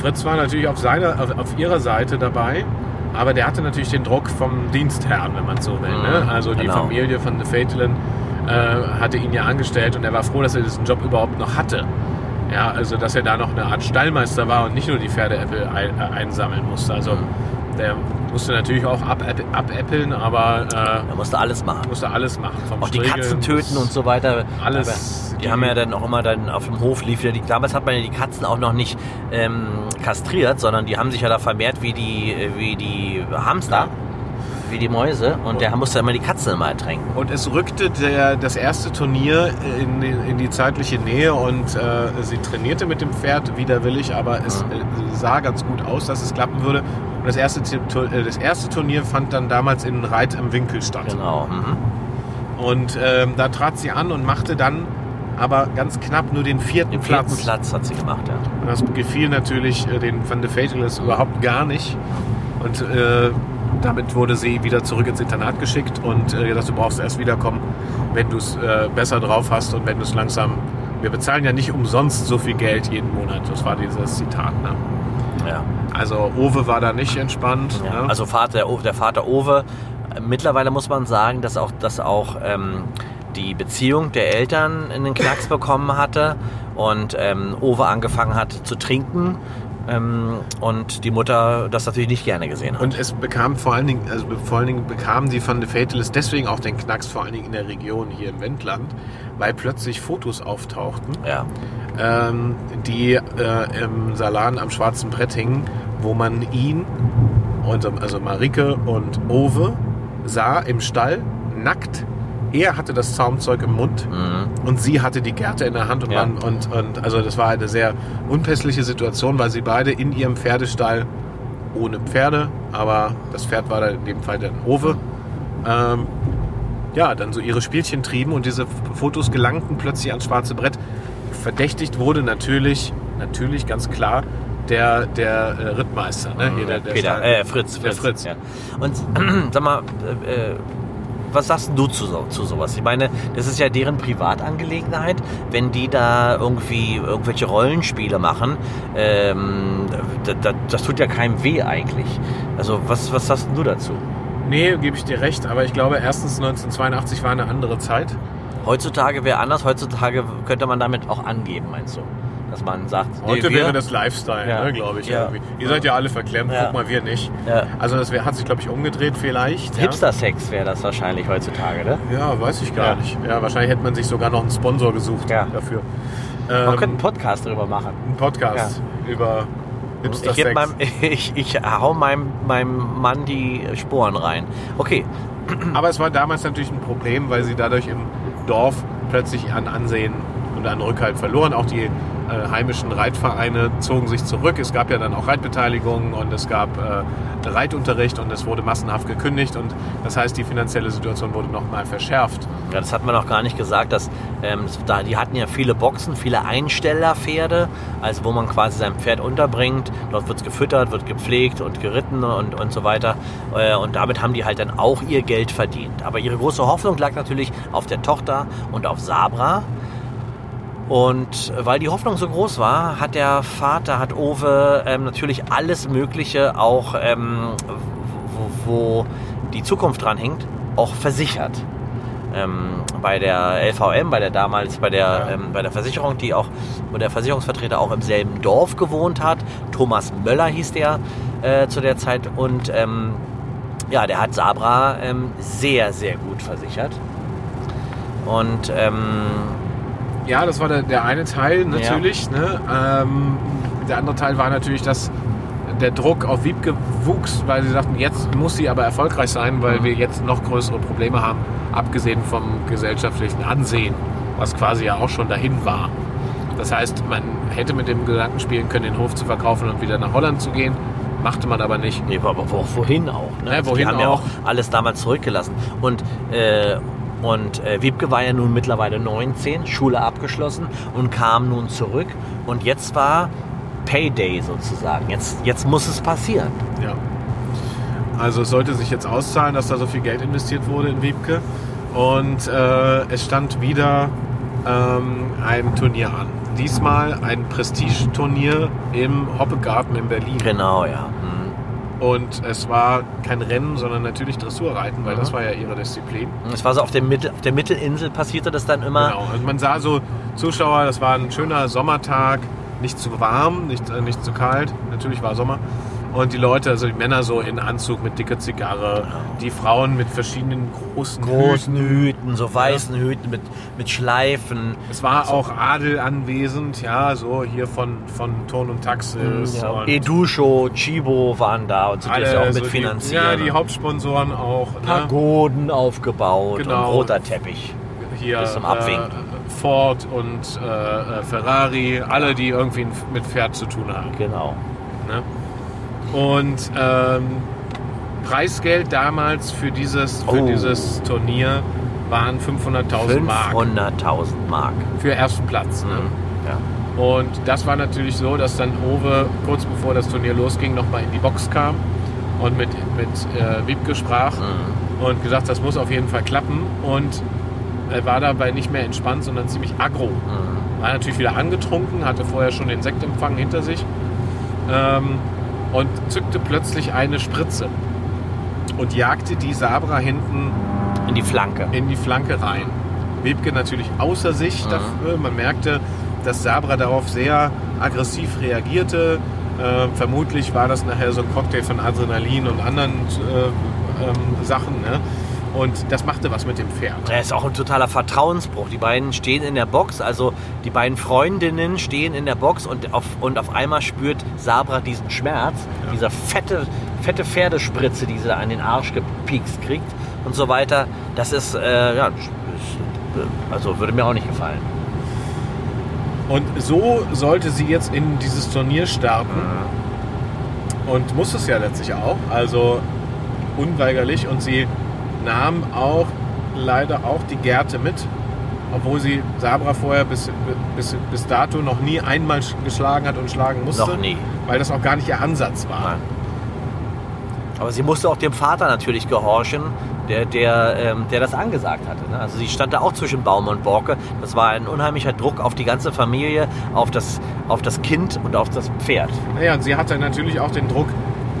[SPEAKER 5] Fritz war natürlich auf, seiner, auf, auf ihrer Seite dabei, aber der hatte natürlich den Druck vom Dienstherrn, wenn man so will. Ne?
[SPEAKER 2] Mhm,
[SPEAKER 5] Also die
[SPEAKER 2] genau.
[SPEAKER 5] Familie von The Fatelin äh, hatte ihn ja angestellt und er war froh, dass er diesen Job überhaupt noch hatte. Ja, also dass er da noch eine Art Stallmeister war und nicht nur die Pferdeäpfel ein, äh, einsammeln musste. Also der musste natürlich auch abäpp- abäppeln, aber
[SPEAKER 2] Er musste alles machen.
[SPEAKER 5] äh, musste alles machen. Vom
[SPEAKER 2] Auch die
[SPEAKER 5] Striegeln
[SPEAKER 2] Katzen
[SPEAKER 5] bis-
[SPEAKER 2] töten und so weiter.
[SPEAKER 5] alles
[SPEAKER 2] Aber die haben ja dann auch immer dann auf dem Hof lief ja die. Damals hat man ja die Katzen auch noch nicht ähm, kastriert, sondern die haben sich ja da vermehrt wie die, äh, wie die Hamster, wie die Mäuse. Und der musste immer die Katzen immer ertränken.
[SPEAKER 3] Und es rückte der, das erste Turnier in, die- in die zeitliche Nähe und äh, sie trainierte mit dem Pferd widerwillig, aber es äh, sah ganz gut aus, dass es klappen würde. Und das erste, Ti- Tu- äh, das erste Turnier fand dann damals in Reit am Winkel statt.
[SPEAKER 2] Genau. Mhm.
[SPEAKER 3] Und ähm, da trat sie an und machte dann aber ganz knapp nur den vierten,
[SPEAKER 2] Den vierten
[SPEAKER 3] Platz.
[SPEAKER 2] Platz. hat sie gemacht, ja.
[SPEAKER 3] Und das gefiel natürlich äh, den Van de Fatalis überhaupt gar nicht. Und äh, damit wurde sie wieder zurück ins Internat geschickt und äh, gesagt, du brauchst erst wiederkommen, wenn du es äh, besser drauf hast und wenn du es langsam. Wir bezahlen ja nicht umsonst so viel Geld jeden Monat. Das war dieses Zitat. Ne?
[SPEAKER 2] ja.
[SPEAKER 3] Also Owe war da nicht entspannt.
[SPEAKER 2] Ja,
[SPEAKER 3] ne?
[SPEAKER 2] also Vater, der O- der Vater Owe. äh, Mittlerweile muss man sagen, dass auch, dass auch ähm, die Beziehung der Eltern in den Knacks bekommen hatte und ähm, Owe angefangen hat zu trinken ähm, und die Mutter das natürlich nicht gerne gesehen hat.
[SPEAKER 3] Und es bekam vor allen Dingen, also vor allen Dingen bekamen die Van de Fatalis deswegen auch den Knacks, vor allen Dingen in der Region hier im Wendland, weil plötzlich Fotos auftauchten
[SPEAKER 2] ja.
[SPEAKER 3] ähm, die äh, im Salan am Schwarzen Brett hingen, wo man ihn, und, also Marike und Owe, sah im Stall, nackt. Er hatte das Zaumzeug im Mund
[SPEAKER 2] Mhm.
[SPEAKER 3] und sie hatte die Gerte in der Hand. Und,
[SPEAKER 2] Ja.
[SPEAKER 3] man, und, und also das war eine sehr unpässliche Situation, weil sie beide in ihrem Pferdestall ohne Pferde, aber das Pferd war da in dem Fall dann Owe, ähm, ja, dann so ihre Spielchen trieben und diese F- Fotos gelangten plötzlich ans schwarze Brett. Verdächtigt wurde natürlich, natürlich ganz klar, der, der äh, Rittmeister, ne? Hier, der, der
[SPEAKER 2] Peter,
[SPEAKER 3] Stall-
[SPEAKER 2] äh, Fritz,
[SPEAKER 3] Der Fritz.
[SPEAKER 2] Ja. Und <clears throat> sag mal, äh, äh, was sagst denn du zu, so, zu sowas? Ich meine, das ist ja deren Privatangelegenheit, wenn die da irgendwie irgendwelche Rollenspiele machen. Ähm, das, das tut ja keinem weh eigentlich. Also was, was sagst denn du dazu?
[SPEAKER 5] Nee, gebe ich dir recht, aber ich glaube, erstens 1982 war eine andere Zeit.
[SPEAKER 2] Heutzutage wäre anders, heutzutage könnte man damit auch angeben, meinst du? Dass man sagt, nee,
[SPEAKER 5] Heute
[SPEAKER 2] wir-
[SPEAKER 5] wäre das Lifestyle,
[SPEAKER 2] Ja.
[SPEAKER 5] ne, glaube ich.
[SPEAKER 2] Ja.
[SPEAKER 5] Irgendwie. Ihr seid ja alle verklemmt,
[SPEAKER 2] Ja.
[SPEAKER 5] guck mal, wir nicht.
[SPEAKER 2] Ja.
[SPEAKER 5] Also das wär, hat sich, glaube ich, umgedreht vielleicht. ja.
[SPEAKER 2] äh, Hipster-Sex wäre das wahrscheinlich heutzutage, ne?
[SPEAKER 5] Ja, weiß ich gar
[SPEAKER 2] Ja.
[SPEAKER 5] nicht. Ja, wahrscheinlich hätte man sich sogar noch einen Sponsor gesucht
[SPEAKER 2] Ja.
[SPEAKER 5] dafür.
[SPEAKER 2] Man
[SPEAKER 5] Ähm,
[SPEAKER 2] könnte einen Podcast drüber machen.
[SPEAKER 5] einen Podcast über
[SPEAKER 2] Ich, geb
[SPEAKER 5] Hipster-Sex.
[SPEAKER 2] meinem, <laughs> ich, ich hau meinem, meinem Mann die Sporen rein. Okay,
[SPEAKER 5] Aber es war damals natürlich ein Problem, weil sie dadurch im Dorf plötzlich an Ansehen und an Rückhalt verloren. Auch die äh, heimischen Reitvereine zogen sich zurück. Es gab ja dann auch Reitbeteiligungen und es gab äh, Reitunterricht und es wurde massenhaft gekündigt. Und das heißt, die finanzielle Situation wurde nochmal verschärft.
[SPEAKER 2] ja, das hat man noch gar nicht gesagt, dass ähm, es- da, die hatten ja viele Boxen, viele Einstellerpferde, also wo man quasi sein Pferd unterbringt. Dort wird es gefüttert, wird gepflegt und geritten und, und so weiter. Äh, und damit haben die halt dann auch ihr Geld verdient. Aber ihre große Hoffnung lag natürlich auf der Tochter und auf Sabra. Und weil die Hoffnung so groß war, hat der Vater, hat Owe ähm, natürlich alles Mögliche auch, ähm, wo, wo die Zukunft dran hängt, auch versichert. Ähm, bei der LVM, bei der damals, bei der, ähm, bei der Versicherung, die auch, wo der Versicherungsvertreter auch im selben Dorf gewohnt hat. Thomas Möller hieß der äh, zu der Zeit und ähm, ja, der hat Sabra ähm, sehr, sehr gut versichert. Und ähm,
[SPEAKER 5] Ja, das war der, der eine Teil natürlich. Ne? Ähm, der andere Teil war natürlich, dass der Druck auf Wiebke wuchs, weil sie sagten, jetzt muss sie aber erfolgreich sein, weil wir jetzt noch größere Probleme haben abgesehen vom gesellschaftlichen Ansehen, was quasi ja auch schon dahin war. Das heißt, man hätte mit dem Gedanken spielen können, den Hof zu verkaufen und wieder nach Holland zu gehen, machte man aber nicht.
[SPEAKER 2] Nee, aber wo, wohin auch? Ne?
[SPEAKER 5] Ja, wohin
[SPEAKER 2] die haben ja
[SPEAKER 5] auch.
[SPEAKER 2] auch alles damals zurückgelassen. Und, äh, und äh, Wiebke war ja nun mittlerweile 19, Schule abgeschlossen und kam nun zurück. Und jetzt war Payday sozusagen. Jetzt, jetzt muss es passieren.
[SPEAKER 5] Ja. Also es sollte sich jetzt auszahlen, dass da so viel Geld investiert wurde in Wiebke. Und äh, es stand wieder ähm, ein Turnier an. Diesmal ein Prestigeturnier im Hoppegarten in Berlin.
[SPEAKER 2] Genau, ja.
[SPEAKER 5] Und es war kein Rennen, sondern natürlich Dressurreiten, weil das war ja ihre Disziplin.
[SPEAKER 2] Mhm. Es war so auf der, Mitte, auf der Mittelinsel passierte das dann immer.
[SPEAKER 5] Genau. Und man sah so Zuschauer, das war ein schöner Sommertag, nicht zu warm, nicht, äh, nicht zu kalt. Natürlich war Sommer. Und die Leute, also die Männer so in Anzug mit dicker Zigarre, die Frauen mit verschiedenen großen
[SPEAKER 2] Genau. Großen
[SPEAKER 5] Hüten.
[SPEAKER 2] Hüten, so weißen Hüten mit, mit Schleifen.
[SPEAKER 5] Es war
[SPEAKER 2] Also-
[SPEAKER 5] auch Adel anwesend, ja, so hier von, von Ton und Taxis.
[SPEAKER 2] Ja.
[SPEAKER 5] und
[SPEAKER 2] Educho, Chibo waren da und sind jetzt
[SPEAKER 5] alle
[SPEAKER 2] ja auch
[SPEAKER 5] so die, ja,
[SPEAKER 2] mitfinanziert.
[SPEAKER 5] die Hauptsponsoren auch. Ne?
[SPEAKER 2] Pagoden aufgebaut
[SPEAKER 5] Genau.
[SPEAKER 2] und roter Teppich.
[SPEAKER 5] hier
[SPEAKER 2] Bis zum Abwinken.
[SPEAKER 5] Äh, Ford und äh, äh, Ferrari, alle, die irgendwie mit Pferd zu tun haben.
[SPEAKER 2] Genau.
[SPEAKER 5] Ne? Und ähm, Preisgeld damals für dieses, für
[SPEAKER 2] Oh.
[SPEAKER 5] dieses Turnier waren 500.000 Mark
[SPEAKER 2] 500.000 Mark.
[SPEAKER 5] für ersten Platz. Ne?
[SPEAKER 2] Ja.
[SPEAKER 5] Und das war natürlich so, dass dann Owe kurz bevor das Turnier losging nochmal in die Box kam und mit, mit äh, Wiebke sprach
[SPEAKER 2] Mhm.
[SPEAKER 5] und gesagt, das muss auf jeden Fall klappen. Und er war dabei nicht mehr entspannt, sondern ziemlich aggro.
[SPEAKER 2] Mhm.
[SPEAKER 5] War natürlich wieder angetrunken, hatte vorher schon den Sektempfang hinter sich ähm, und zückte plötzlich eine Spritze und jagte die Sabra hinten
[SPEAKER 2] In die Flanke.
[SPEAKER 5] in die Flanke rein. Wiebke natürlich außer sich dafür. Man merkte, dass Sabra darauf sehr aggressiv reagierte. Ähm, vermutlich war das nachher so ein Cocktail von Adrenalin und anderen äh, ähm, Sachen. Ne? Und das machte was mit dem Pferd.
[SPEAKER 2] Das ist auch ein totaler Vertrauensbruch. Die beiden stehen in der Box, also die beiden Freundinnen stehen in der Box und auf, und auf einmal spürt Sabra diesen Schmerz, dieser fette, fette Pferdespritze, die sie da an den Arsch gepiekst kriegt und so weiter. Das ist, äh, ja, also würde mir auch nicht gefallen.
[SPEAKER 5] Und so sollte sie jetzt in dieses Turnier starten.
[SPEAKER 2] Mhm.
[SPEAKER 5] Und muss es ja letztlich auch. Also unweigerlich. Und sie nahm auch leider auch die Gerte mit. Obwohl sie Sabra vorher bis, bis, bis dato noch nie einmal sch- geschlagen hat und schlagen musste.
[SPEAKER 2] Noch nie.
[SPEAKER 5] Weil das auch gar nicht ihr Ansatz war.
[SPEAKER 2] Nein. Aber sie musste auch dem Vater natürlich gehorchen, der, der, ähm, der das angesagt hatte. Ne? Also sie stand da auch zwischen Baum und Borke. Das war ein unheimlicher Druck auf die ganze Familie, auf das, auf das Kind und auf das Pferd.
[SPEAKER 5] Naja, und sie hatte natürlich auch den Druck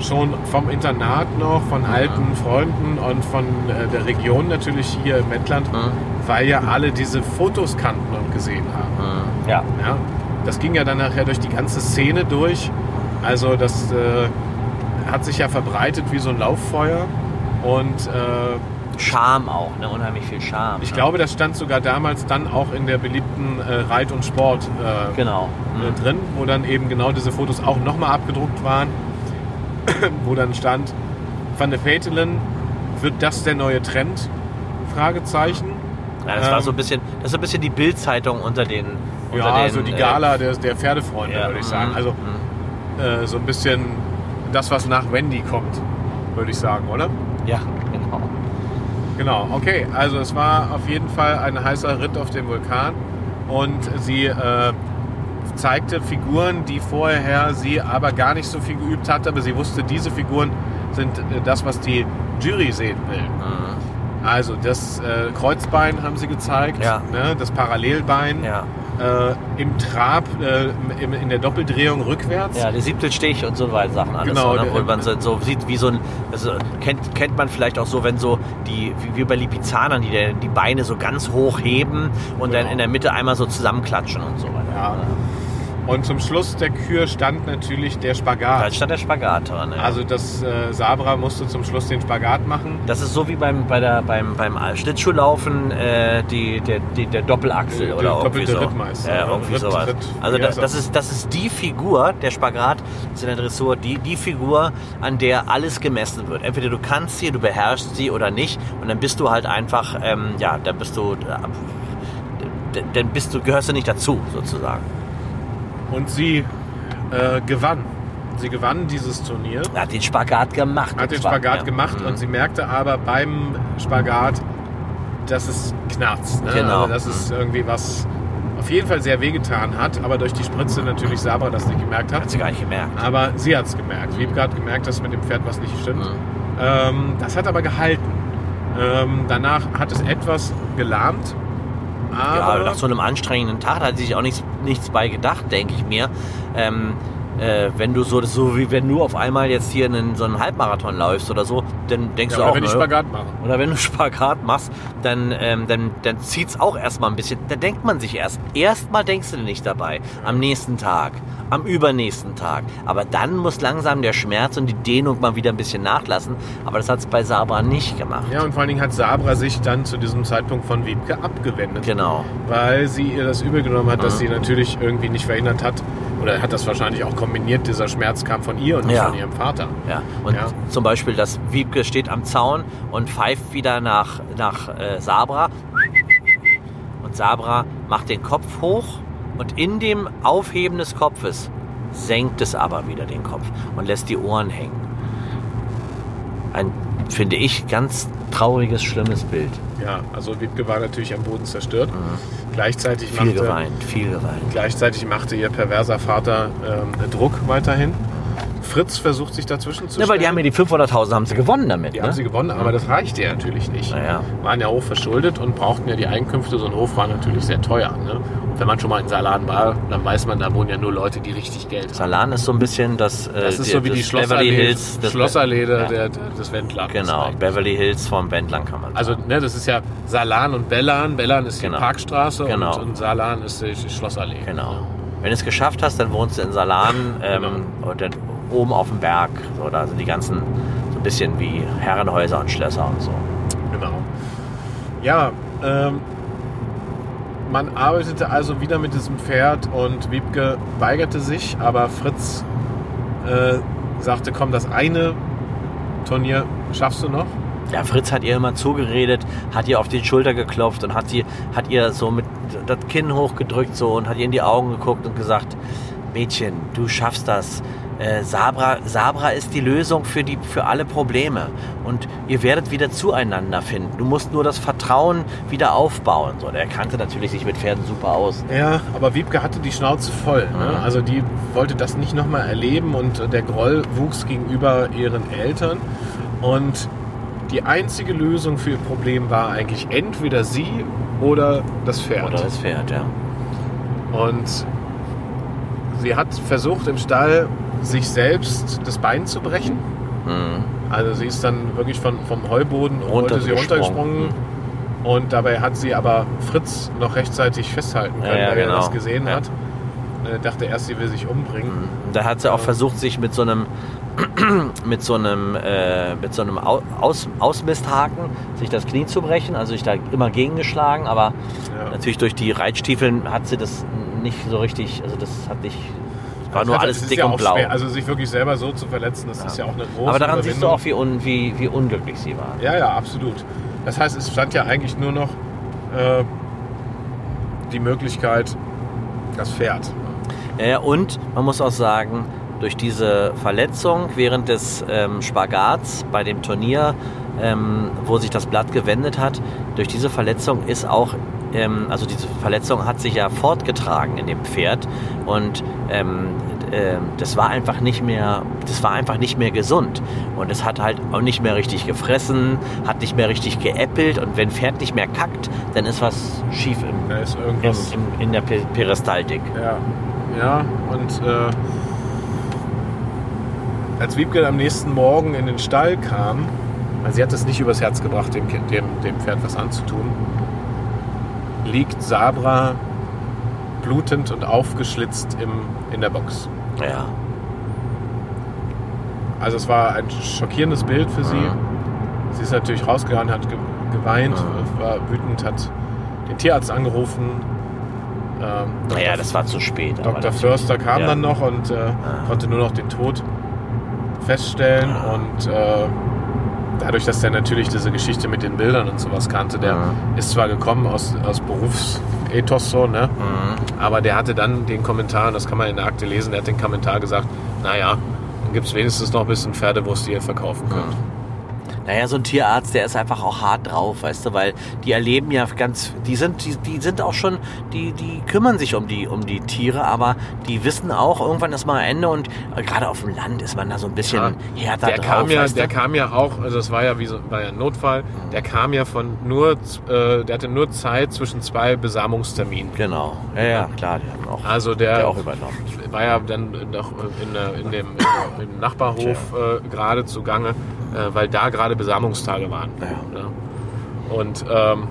[SPEAKER 5] schon vom Internat noch, von alten Freunden und von äh, der Region natürlich hier im
[SPEAKER 2] Mhm.
[SPEAKER 5] Wendland, weil ja alle diese Fotos kannten und gesehen haben.
[SPEAKER 2] Mhm. Ja.
[SPEAKER 5] Ja? Das ging ja dann nachher durch die ganze Szene durch. Also das äh, hat sich ja verbreitet wie so ein Lauffeuer. Und äh,
[SPEAKER 2] Scham auch, ne? unheimlich viel Scham.
[SPEAKER 5] ich
[SPEAKER 2] ne?
[SPEAKER 5] glaube, das stand sogar damals dann auch in der beliebten äh, Reit- und Sport äh,
[SPEAKER 2] Genau.
[SPEAKER 5] äh, drin, wo dann eben genau diese Fotos auch nochmal abgedruckt waren, <clears throat> wo dann stand, Van der Vetelen, wird das der neue Trend? Fragezeichen.
[SPEAKER 2] Ja, das war
[SPEAKER 5] Ähm,
[SPEAKER 2] so ein bisschen, das ist ein bisschen die Bildzeitung unter den. Unter
[SPEAKER 5] Ja,
[SPEAKER 2] den,
[SPEAKER 5] so die
[SPEAKER 2] äh,
[SPEAKER 5] Gala der, der Pferdefreunde,
[SPEAKER 2] ja,
[SPEAKER 5] würde ich
[SPEAKER 2] mhm,
[SPEAKER 5] sagen. Also äh, so ein bisschen das, was nach Wendy kommt, würde ich sagen, oder?
[SPEAKER 2] ja, genau.
[SPEAKER 5] Genau, okay. Also es war auf jeden Fall ein heißer Ritt auf dem Vulkan und sie äh, zeigte Figuren, die vorher sie aber gar nicht so viel geübt hatte, aber sie wusste, diese Figuren sind äh, das, was die Jury sehen will.
[SPEAKER 2] Mhm.
[SPEAKER 5] Also das äh, Kreuzbein haben sie gezeigt,
[SPEAKER 2] Ja.
[SPEAKER 5] ne, das Parallelbein
[SPEAKER 2] Ja.
[SPEAKER 5] äh, im Trab, äh, im, in der Doppeldrehung rückwärts.
[SPEAKER 2] Ja, der siebte Stich und so weiter Sachen alles.
[SPEAKER 5] Genau,
[SPEAKER 2] Genau, ne?
[SPEAKER 5] der-
[SPEAKER 2] Wo man so, so sieht, wie so ein, also kennt, kennt man vielleicht auch so, wenn so die, wie, wie bei Lipizzanern, die der- die Beine so ganz hoch heben und dann in der Mitte einmal so zusammenklatschen und so weiter.
[SPEAKER 5] Genau. Ja. Und zum Schluss der Kür stand natürlich der
[SPEAKER 2] Da
[SPEAKER 5] Spagat.
[SPEAKER 2] stand der Spagat dran. Ja.
[SPEAKER 5] Also das äh, Sabra musste zum Schluss den Spagat machen.
[SPEAKER 2] das ist so wie beim, bei der, beim, beim Schlittschuhlaufen äh, die, der, die, der Doppelachsel
[SPEAKER 5] Die
[SPEAKER 2] oder irgendwie
[SPEAKER 5] doppelte
[SPEAKER 2] so.
[SPEAKER 5] Rittmeister,
[SPEAKER 2] Ja,
[SPEAKER 5] oder?
[SPEAKER 2] irgendwie
[SPEAKER 5] Ritt-
[SPEAKER 2] sowas.
[SPEAKER 5] Ritt-
[SPEAKER 2] also
[SPEAKER 5] wie
[SPEAKER 2] das,
[SPEAKER 5] heißt
[SPEAKER 2] das,
[SPEAKER 5] das?
[SPEAKER 2] ist, das ist die Figur, der Spagat ist in der Dressur, die, die Figur, an der alles gemessen wird. Entweder du kannst sie, du beherrschst sie oder nicht und dann bist du halt einfach, ähm, ja, dann bist du, äh, d- dann bist du, gehörst du nicht dazu sozusagen.
[SPEAKER 5] Und sie äh, gewann. Sie gewann dieses Turnier.
[SPEAKER 2] Er hat den Spagat gemacht.
[SPEAKER 5] hat den
[SPEAKER 2] Spa-
[SPEAKER 5] Spagat
[SPEAKER 2] ja. Mhm.
[SPEAKER 5] gemacht und sie merkte aber beim Spagat, dass es knarzt. Ne?
[SPEAKER 2] Genau.
[SPEAKER 5] Also, dass es irgendwie was auf jeden Fall sehr wehgetan hat, aber durch die Spritze natürlich Sabra das nicht gemerkt
[SPEAKER 2] Hat
[SPEAKER 5] hat.
[SPEAKER 2] sie gar nicht gemerkt.
[SPEAKER 5] Aber sie hat es gemerkt. Wiebke hat gemerkt, dass mit dem Pferd was nicht stimmt.
[SPEAKER 2] Mhm.
[SPEAKER 5] Ähm, das hat aber gehalten. Ähm, danach hat es etwas gelahmt.
[SPEAKER 2] Ja,
[SPEAKER 5] Aber
[SPEAKER 2] aber nach so einem anstrengenden Tag, da hat sie sich auch nichts, nichts bei gedacht, denke ich mir. Ähm, äh, wenn du so, das ist so wie wenn du auf einmal jetzt hier einen, so einen Halbmarathon läufst oder so, dann denkst
[SPEAKER 5] ja,
[SPEAKER 2] du
[SPEAKER 5] oder
[SPEAKER 2] auch,
[SPEAKER 5] wenn ich
[SPEAKER 2] ne?
[SPEAKER 5] Spagat mache.
[SPEAKER 2] oder wenn du <laughs> Spagat machst, dann, ähm, dann, dann zieht's auch erstmal ein bisschen. Da denkt man sich erst. Erstmal denkst du nicht dabei. Am nächsten Tag, am übernächsten Tag. Aber dann muss langsam der Schmerz und die Dehnung mal wieder ein bisschen nachlassen. Aber das hat's bei Sabra nicht gemacht.
[SPEAKER 5] Ja, und vor allen Dingen hat Sabra sich dann zu diesem Zeitpunkt von Wiebke abgewendet.
[SPEAKER 2] Genau.
[SPEAKER 5] weil sie ihr das übel genommen hat,
[SPEAKER 2] Mhm.
[SPEAKER 5] dass sie natürlich irgendwie nicht verhindert hat oder hat das wahrscheinlich auch kombiniert, dieser Schmerz kam von ihr und nicht
[SPEAKER 2] Ja.
[SPEAKER 5] von ihrem Vater.
[SPEAKER 2] Ja, und
[SPEAKER 5] Ja.
[SPEAKER 2] zum Beispiel, dass Wiebke steht am Zaun und pfeift wieder nach, nach äh, Sabra. Und Sabra macht den Kopf hoch und in dem Aufheben des Kopfes senkt es aber wieder den Kopf und lässt die Ohren hängen. Ein, finde ich, ganz trauriges, schlimmes Bild.
[SPEAKER 5] Ja, also Wiebke war natürlich am Boden zerstört. Gleichzeitig,
[SPEAKER 2] Mhm. Viel
[SPEAKER 5] machte,
[SPEAKER 2] geweint, viel geweint.
[SPEAKER 5] gleichzeitig machte ihr perverser Vater ähm, Druck weiterhin. Fritz versucht sich dazwischen zu
[SPEAKER 2] Ja, weil die haben ja
[SPEAKER 5] stellen.
[SPEAKER 2] die 500.000 haben sie gewonnen damit.
[SPEAKER 5] Die
[SPEAKER 2] ne?
[SPEAKER 5] haben sie gewonnen, aber das reichte ja natürlich nicht.
[SPEAKER 2] Naja.
[SPEAKER 5] Waren ja hochverschuldet und brauchten ja die Einkünfte. So ein Hof war natürlich sehr teuer. Ne? Und wenn man schon mal in Salan war, dann weiß man, da wohnen ja nur Leute, die richtig Geld haben.
[SPEAKER 2] Salan ist so ein bisschen das. Äh,
[SPEAKER 5] Das ist so wie die
[SPEAKER 2] das Beverly
[SPEAKER 5] Schlosserläde,
[SPEAKER 2] Hills. das-
[SPEAKER 5] Schlosserläde
[SPEAKER 2] Ja.
[SPEAKER 5] der, der, des Wendlandes.
[SPEAKER 2] Genau,
[SPEAKER 5] eigentlich.
[SPEAKER 2] Beverly Hills vom Wendland kann man.
[SPEAKER 5] Also, ne, das ist ja Salan und Bellan. Bellan ist
[SPEAKER 2] Genau.
[SPEAKER 5] die Parkstraße
[SPEAKER 2] Genau.
[SPEAKER 5] und, und Salan ist die Schlossallee.
[SPEAKER 2] Genau. Wenn du es geschafft hast, dann wohnst du in Salan ähm, und dann oben auf dem Berg. So, da sind die ganzen, so ein bisschen wie Herrenhäuser und Schlösser und so.
[SPEAKER 5] Genau. Ja, ähm, man arbeitete also wieder mit diesem Pferd und Wiebke weigerte sich, aber Fritz äh, sagte, komm, das eine Turnier schaffst du noch.
[SPEAKER 2] Ja, Fritz hat ihr immer zugeredet, hat ihr auf die Schulter geklopft und hat, sie, hat ihr so mit das Kinn hochgedrückt so und hat ihr in die Augen geguckt und gesagt, Mädchen, du schaffst das. Äh, Sabra, Sabra ist die Lösung für, die, für alle Probleme. Und ihr werdet wieder zueinander finden. Du musst nur das Vertrauen wieder aufbauen. So, und er kannte natürlich sich mit Pferden super aus.
[SPEAKER 5] Ja, aber Wiebke hatte die Schnauze voll. Ne? Also die wollte das nicht nochmal erleben und äh, der Groll wuchs gegenüber ihren Eltern. Und die einzige Lösung für ihr Problem war eigentlich entweder sie oder das Pferd.
[SPEAKER 2] Oder das Pferd, ja.
[SPEAKER 5] Und sie hat versucht im Stall sich selbst das Bein zu brechen.
[SPEAKER 2] Mhm.
[SPEAKER 5] Also sie ist dann wirklich von, vom Heuboden wollte sie
[SPEAKER 2] Runtergesprungen.
[SPEAKER 5] runtergesprungen. Und dabei hat sie aber Fritz noch rechtzeitig festhalten können,
[SPEAKER 2] Ja, ja,
[SPEAKER 5] weil
[SPEAKER 2] genau.
[SPEAKER 5] er das gesehen
[SPEAKER 2] Ja.
[SPEAKER 5] hat. Äh, dachte erst, sie will sich umbringen.
[SPEAKER 2] Und Da hat sie auch versucht, sich mit so einem <clears throat> mit so einem äh, mit so einem Au- Aus, Ausmisthaken sich das Knie zu brechen. Also ich da immer gegengeschlagen, aber
[SPEAKER 5] Ja.
[SPEAKER 2] natürlich durch die Reitstiefeln hat sie das nicht so richtig. Also das hat nicht war
[SPEAKER 5] Also Das
[SPEAKER 2] nur
[SPEAKER 5] hat-
[SPEAKER 2] alles
[SPEAKER 5] das ist
[SPEAKER 2] dick
[SPEAKER 5] ja
[SPEAKER 2] und
[SPEAKER 5] auch
[SPEAKER 2] blau.
[SPEAKER 5] Schwer. Also sich wirklich selber so zu verletzen, das ist ja auch eine große
[SPEAKER 2] aber daran siehst du
[SPEAKER 5] Überwindung.
[SPEAKER 2] auch, wie, un, wie, wie unglücklich sie war.
[SPEAKER 5] Ja, ja, absolut. Das heißt, es stand ja eigentlich nur noch äh, die Möglichkeit, das Pferd.
[SPEAKER 2] Ja, ja, und man muss auch sagen, durch diese Verletzung während des ähm, Spagats bei dem Turnier, ähm, wo sich das Blatt gewendet hat, durch diese Verletzung ist auch, ähm, also diese Verletzung hat sich ja fortgetragen in dem Pferd und ähm, ähm, das war einfach nicht mehr, das war einfach nicht mehr gesund und es hat halt auch nicht mehr richtig gefressen, hat nicht mehr richtig geäppelt und wenn Pferd nicht mehr kackt, dann ist was schief im,
[SPEAKER 5] Da ist
[SPEAKER 2] im,
[SPEAKER 5] irgendwas.
[SPEAKER 2] im, in der Pe- Peristaltik.
[SPEAKER 5] Ja, ja und äh, als Wiebke am nächsten Morgen in den Stall kam, also sie hat es nicht übers Herz gebracht, dem, Kind- dem, dem Pferd was anzutun, liegt Sabra blutend und aufgeschlitzt im, in der Box.
[SPEAKER 2] Ja.
[SPEAKER 5] Also es war ein schockierendes Bild für sie. Sie ist natürlich rausgegangen, hat ge geweint, war wütend, hat den Tierarzt angerufen. Ähm,
[SPEAKER 2] Naja, das war zu spät. aber
[SPEAKER 5] Dr.
[SPEAKER 2] das-
[SPEAKER 5] Förster kam
[SPEAKER 2] ja.
[SPEAKER 5] dann noch und äh, konnte nur noch den Tod feststellen.
[SPEAKER 2] Ah.
[SPEAKER 5] Und äh, dadurch, dass der natürlich diese Geschichte mit den Bildern und sowas kannte, der
[SPEAKER 2] Ah.
[SPEAKER 5] ist zwar gekommen aus, aus Berufsethos so, ne?
[SPEAKER 2] Hm. Mhm.
[SPEAKER 5] aber der hatte dann den Kommentar, und das kann man in der Akte lesen, der hat den Kommentar gesagt, naja, dann gibt es wenigstens noch ein bisschen Pferdewurst, die ihr verkaufen könnt.
[SPEAKER 2] Ah. Naja, so ein Tierarzt, der ist einfach auch hart drauf, weißt du, weil die erleben ja ganz, die sind, die, die sind auch schon, die, die kümmern sich um die, um die Tiere, aber die wissen auch, irgendwann ist mal Ende und äh, gerade auf dem Land ist man da so ein bisschen härter
[SPEAKER 5] Der
[SPEAKER 2] drauf.
[SPEAKER 5] kam, ja,
[SPEAKER 2] weißt du? Hm.
[SPEAKER 5] der kam ja auch, also das war ja wie so, war ja ein Notfall, der kam ja von nur, äh, der hatte nur Zeit zwischen zwei Besamungsterminen.
[SPEAKER 2] genau, ja, ja, klar, die haben auch,
[SPEAKER 5] Also der,
[SPEAKER 2] der auch übernommen.
[SPEAKER 5] war ja dann noch in, der- in dem, im Nachbarhof äh, gerade zugange, äh, weil da gerade Besamungstage waren.
[SPEAKER 2] Ja.
[SPEAKER 5] Ne? Und ähm,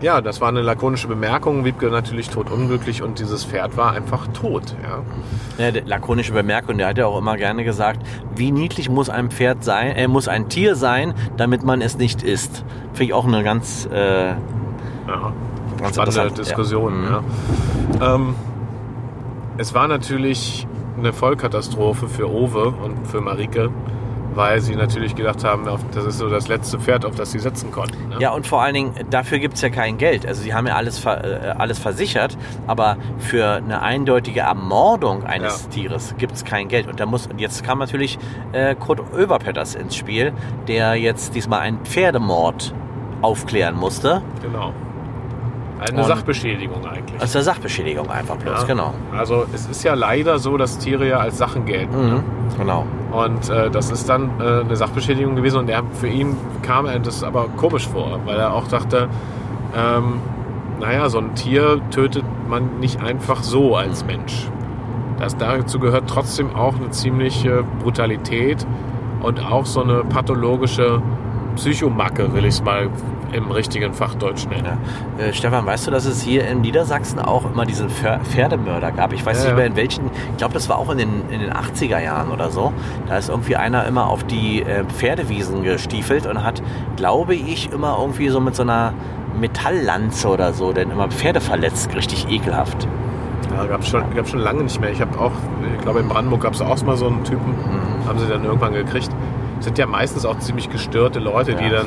[SPEAKER 5] ja, das war eine lakonische Bemerkung. Wiebke natürlich totunglücklich und dieses Pferd war einfach tot. Ja.
[SPEAKER 2] Ja, der lakonische Bemerkung, der hat ja auch immer gerne gesagt, wie niedlich muss ein Pferd sein, äh, muss ein Tier sein, damit man es nicht isst. Finde ich auch eine ganz, äh,
[SPEAKER 5] Ja.
[SPEAKER 2] ganz
[SPEAKER 5] spannende
[SPEAKER 2] interessante
[SPEAKER 5] Diskussion.
[SPEAKER 2] Ja.
[SPEAKER 5] Ja.
[SPEAKER 2] Mhm.
[SPEAKER 5] Ähm, es war natürlich eine Vollkatastrophe für Owe und für Marike, weil sie natürlich gedacht haben, auf- das ist so das letzte Pferd, auf das sie setzen konnten. Ne?
[SPEAKER 2] Ja, und vor allen Dingen, dafür gibt's ja kein Geld. Also sie haben ja alles, ver äh, alles versichert, aber für eine eindeutige Ermordung eines
[SPEAKER 5] Ja.
[SPEAKER 2] Tieres gibt's kein Geld. Und da muss, und jetzt kam natürlich äh, Kurt Oeberpetters ins Spiel, der jetzt diesmal einen Pferdemord aufklären musste.
[SPEAKER 5] Genau. Eine
[SPEAKER 2] Und- Also-
[SPEAKER 5] Sachbeschädigung eigentlich.
[SPEAKER 2] Aus der Sachbeschädigung einfach bloß,
[SPEAKER 5] Ja.
[SPEAKER 2] genau.
[SPEAKER 5] Also es ist ja leider so, dass Tiere ja als Sachen gelten.
[SPEAKER 2] Mhm. Genau.
[SPEAKER 5] Und äh, das ist dann äh, eine Sachbeschädigung gewesen und er, für ihn kam er das aber komisch vor, weil er auch dachte, ähm, naja, so ein Tier tötet man nicht einfach so
[SPEAKER 2] Mhm.
[SPEAKER 5] als Mensch. Das, dazu gehört trotzdem auch eine ziemliche Brutalität und auch so eine pathologische Psychomacke, will ich es mal im richtigen Fachdeutsch nennen.
[SPEAKER 2] Ja. Äh, Stefan, weißt du, dass es hier in Niedersachsen auch immer diesen Pfer- Pferdemörder gab? Ich weiß
[SPEAKER 5] Ja,
[SPEAKER 2] nicht
[SPEAKER 5] ja.
[SPEAKER 2] mehr in welchen, ich glaube, das war auch in den, in den 80er Jahren oder so. Da ist irgendwie einer immer auf die äh, Pferdewiesen gestiefelt und hat, glaube ich, immer irgendwie so mit so einer Metalllanze oder so, denn immer Pferde verletzt, richtig ekelhaft.
[SPEAKER 5] Ja, gab schon, gab schon lange nicht mehr. Ich habe auch, ich glaube in Brandenburg gab es auch mal so einen Typen,
[SPEAKER 2] Mhm.
[SPEAKER 5] haben sie dann irgendwann gekriegt. Sind ja meistens auch ziemlich gestörte Leute, die
[SPEAKER 2] Ja.
[SPEAKER 5] dann,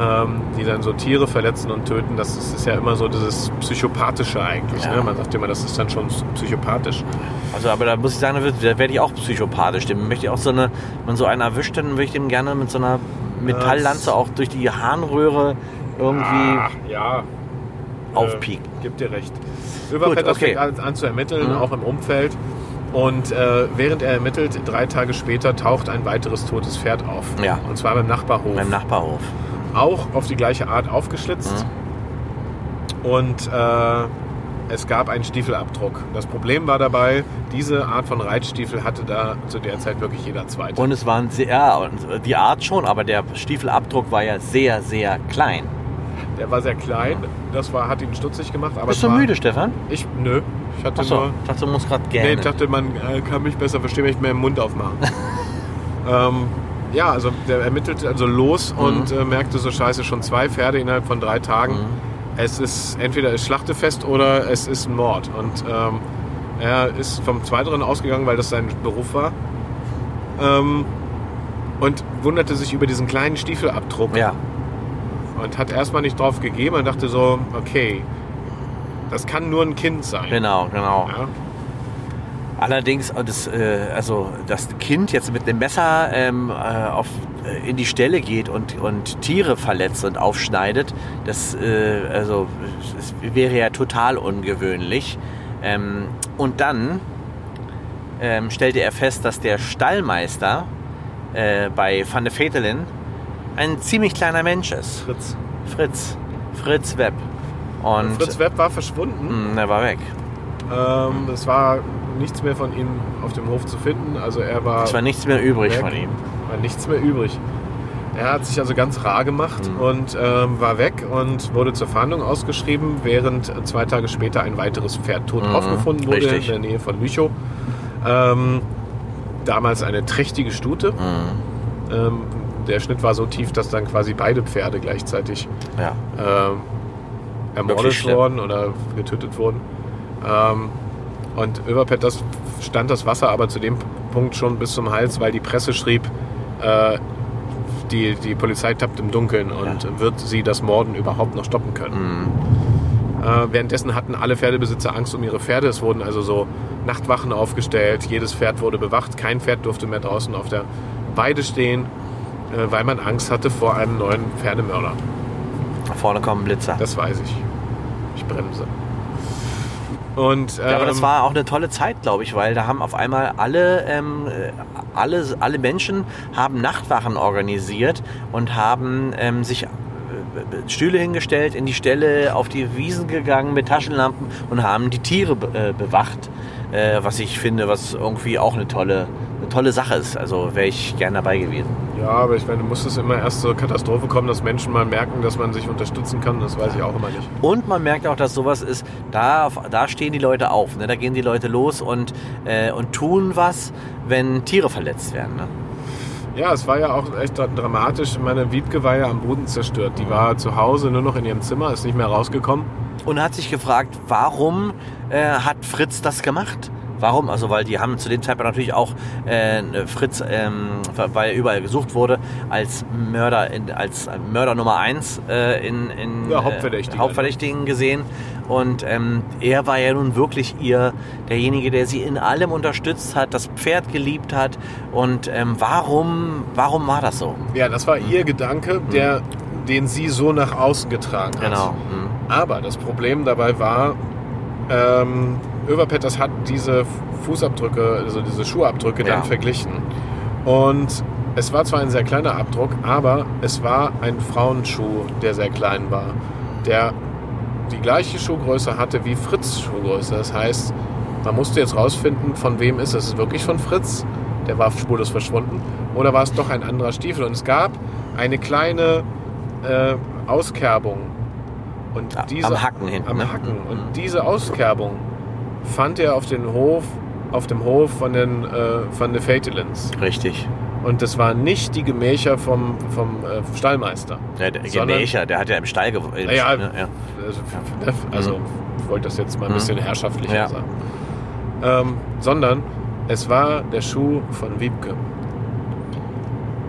[SPEAKER 5] ähm, die dann so Tiere verletzen und töten. Das ist, ist ja immer so dieses psychopathische eigentlich.
[SPEAKER 2] Ja.
[SPEAKER 5] Ne? Man sagt immer, das ist dann schon psychopathisch.
[SPEAKER 2] Also, aber da muss ich sagen, da wird- da werde ich auch psychopathisch. Dem möchte ich auch so eine, wenn so einen erwischt, dann würde ich dem gerne mit so einer Metalllanze auch durch die Harnröhre irgendwie
[SPEAKER 5] Ah, ja.
[SPEAKER 2] aufpieken.
[SPEAKER 5] Äh, gibt dir recht.
[SPEAKER 2] Gut,
[SPEAKER 5] Überfett
[SPEAKER 2] okay.
[SPEAKER 5] fängt an, an zu ermitteln,
[SPEAKER 2] Mhm.
[SPEAKER 5] auch im Umfeld. Und äh, während er ermittelt, drei Tage später taucht ein weiteres totes Pferd auf.
[SPEAKER 2] Ja.
[SPEAKER 5] Und zwar beim Nachbarhof.
[SPEAKER 2] Beim Nachbarhof.
[SPEAKER 5] auch auf die gleiche Art aufgeschlitzt.
[SPEAKER 2] Mhm.
[SPEAKER 5] Und äh, es gab einen Stiefelabdruck. Das Problem war dabei, diese Art von Reitstiefel hatte da zu der Zeit wirklich jeder zweite.
[SPEAKER 2] Und es waren sehr, ja, und die Art schon, aber der Stiefelabdruck war ja sehr, sehr klein.
[SPEAKER 5] der war sehr klein, das war, hat ihn stutzig gemacht. Aber
[SPEAKER 2] Bist
[SPEAKER 5] es
[SPEAKER 2] du
[SPEAKER 5] war,
[SPEAKER 2] müde, Stefan?
[SPEAKER 5] Ich, nö. Ich hatte
[SPEAKER 2] Achso,
[SPEAKER 5] nur.
[SPEAKER 2] ich dachte, du musst gerade
[SPEAKER 5] Nee,
[SPEAKER 2] gerne.
[SPEAKER 5] ich dachte, man äh, kann mich besser verstehen, wenn ich mehr den Mund
[SPEAKER 2] <laughs>
[SPEAKER 5] aufmache. ähm, ja, also der ermittelte also los
[SPEAKER 2] Mhm.
[SPEAKER 5] und äh, merkte so scheiße, schon zwei Pferde innerhalb von drei Tagen.
[SPEAKER 2] Mhm.
[SPEAKER 5] Es ist entweder ist Schlachtefest oder es ist ein Mord. Und ähm, er ist vom Zweiteren ausgegangen, weil das sein Beruf war. Ähm, und wunderte sich über diesen kleinen Stiefelabdruck
[SPEAKER 2] ja,
[SPEAKER 5] und hat erstmal nicht drauf gegeben und dachte so, okay, das kann nur ein Kind sein.
[SPEAKER 2] genau, genau.
[SPEAKER 5] Ja?
[SPEAKER 2] Allerdings, äh, das, äh, also das Kind jetzt mit einem Messer ähm, äh, auf, äh, in die Stelle geht und, und Tiere verletzt und aufschneidet, das, äh, also, es wäre ja total ungewöhnlich. Ähm, und dann ähm, stellte er fest, dass der Stallmeister äh, bei Van de Vetelen ein ziemlich kleiner Mensch ist.
[SPEAKER 5] Fritz.
[SPEAKER 2] Fritz. Fritz Webb. Und
[SPEAKER 5] Fritz Webb war verschwunden.
[SPEAKER 2] mh, er war weg.
[SPEAKER 5] Ähm, es war nichts mehr von ihm auf dem Hof zu finden. Also er war,
[SPEAKER 2] Es war nichts mehr übrig
[SPEAKER 5] Weg.
[SPEAKER 2] von ihm.
[SPEAKER 5] war nichts mehr übrig. Er hat sich also ganz rar gemacht
[SPEAKER 2] Mhm.
[SPEAKER 5] und ähm, war weg und wurde zur Fahndung ausgeschrieben, während zwei Tage später ein weiteres Pferd tot aufgefunden wurde
[SPEAKER 2] Mhm. richtig.
[SPEAKER 5] in der Nähe von Lüchow. Ähm, damals eine trächtige Stute.
[SPEAKER 2] Mm,
[SPEAKER 5] Ähm, der Schnitt war so tief, dass dann quasi beide Pferde gleichzeitig
[SPEAKER 2] Ja.
[SPEAKER 5] ähm,
[SPEAKER 2] Wirklich
[SPEAKER 5] ermordet
[SPEAKER 2] schlimm.
[SPEAKER 5] wurden oder getötet wurden. Ähm, und Överpet, das stand das Wasser aber zu dem Punkt schon bis zum Hals, weil die Presse schrieb, äh, die, die Polizei tappt im Dunkeln und wird sie das Morden überhaupt noch stoppen können.
[SPEAKER 2] Mhm.
[SPEAKER 5] Äh, währenddessen hatten alle Pferdebesitzer Angst um ihre Pferde. Es wurden also so Nachtwachen aufgestellt. Jedes Pferd wurde bewacht. Kein Pferd durfte mehr draußen auf der Weide stehen, äh, weil man Angst hatte vor einem neuen Pferdemörder.
[SPEAKER 2] Vorne kommen Blitzer.
[SPEAKER 5] Das weiß ich. Ich bremse. Und, ähm,
[SPEAKER 2] Ja, aber das war auch eine tolle Zeit, glaube ich, weil da haben auf einmal alle, ähm, äh, alle, alle Menschen haben Nachtwachen organisiert und haben ähm, sich äh, Stühle hingestellt, in die Ställe, auf die Wiesen gegangen mit Taschenlampen und haben die Tiere be- äh, bewacht, äh, was ich finde, was irgendwie auch eine tolle, eine tolle Sache ist. Also wäre ich gern dabei gewesen.
[SPEAKER 5] ja, aber ich meine, muss es immer erst zur Katastrophe kommen, dass Menschen mal merken, dass man sich unterstützen kann. Das weiß ich auch immer nicht.
[SPEAKER 2] Und man merkt auch, dass sowas ist, da, da stehen die Leute auf, ne? da gehen die Leute los und, äh, und tun was, wenn Tiere verletzt werden. Ne?
[SPEAKER 5] Ja, es war ja auch echt dramatisch. Meine Wiebke war ja am Boden zerstört. Die war zu Hause nur noch in ihrem Zimmer, ist nicht mehr rausgekommen.
[SPEAKER 2] und hat sich gefragt, warum äh, hat Fritz das gemacht? Warum? Also weil die haben zu dem Zeitpunkt natürlich auch äh, Fritz, ähm, weil er überall gesucht wurde, als Mörder, in, als Mörder Nummer eins äh, in, in
[SPEAKER 5] Ja,
[SPEAKER 2] äh,
[SPEAKER 5] Hauptverdächtiger. ne?
[SPEAKER 2] Hauptverdächtigen gesehen. Und ähm, er war ja nun wirklich ihr derjenige, der sie in allem unterstützt hat, das Pferd geliebt hat. Und ähm, warum, warum war das so?
[SPEAKER 5] Ja, das war ihr Gedanke, der, den sie so nach außen getragen hat.
[SPEAKER 2] Mhm. Genau. Mhm.
[SPEAKER 5] Aber das Problem dabei war, ähm, Överpetters hat diese Fußabdrücke, also diese Schuhabdrücke
[SPEAKER 2] Ja.
[SPEAKER 5] dann verglichen. Und es war zwar ein sehr kleiner Abdruck, aber es war ein Frauenschuh, der sehr klein war, der die gleiche Schuhgröße hatte wie Fritz Schuhgröße. Das heißt, man musste jetzt rausfinden, von wem ist es. Ist es wirklich von Fritz? Der war spurlos verschwunden. Oder war es doch ein anderer Stiefel? Und es gab eine kleine äh, Auskerbung. Und
[SPEAKER 2] Ja,
[SPEAKER 5] diese,
[SPEAKER 2] am Hacken hinten,
[SPEAKER 5] Am
[SPEAKER 2] ne?
[SPEAKER 5] Hacken. Und diese Auskerbung fand er auf, den Hof, auf dem Hof von den äh, von den Fatelins.
[SPEAKER 2] Richtig.
[SPEAKER 5] Und das waren nicht die Gemächer vom, vom äh, Stallmeister.
[SPEAKER 2] Ja, Ne, der
[SPEAKER 5] Sondern-
[SPEAKER 2] Gemächer, der hat ja im Stall gewohnt. Ne,
[SPEAKER 5] Ja, Also, also ich wollte das jetzt mal ein bisschen herrschaftlicher
[SPEAKER 2] Ja.
[SPEAKER 5] sagen. Ähm, sondern es war der Schuh von Wiebke.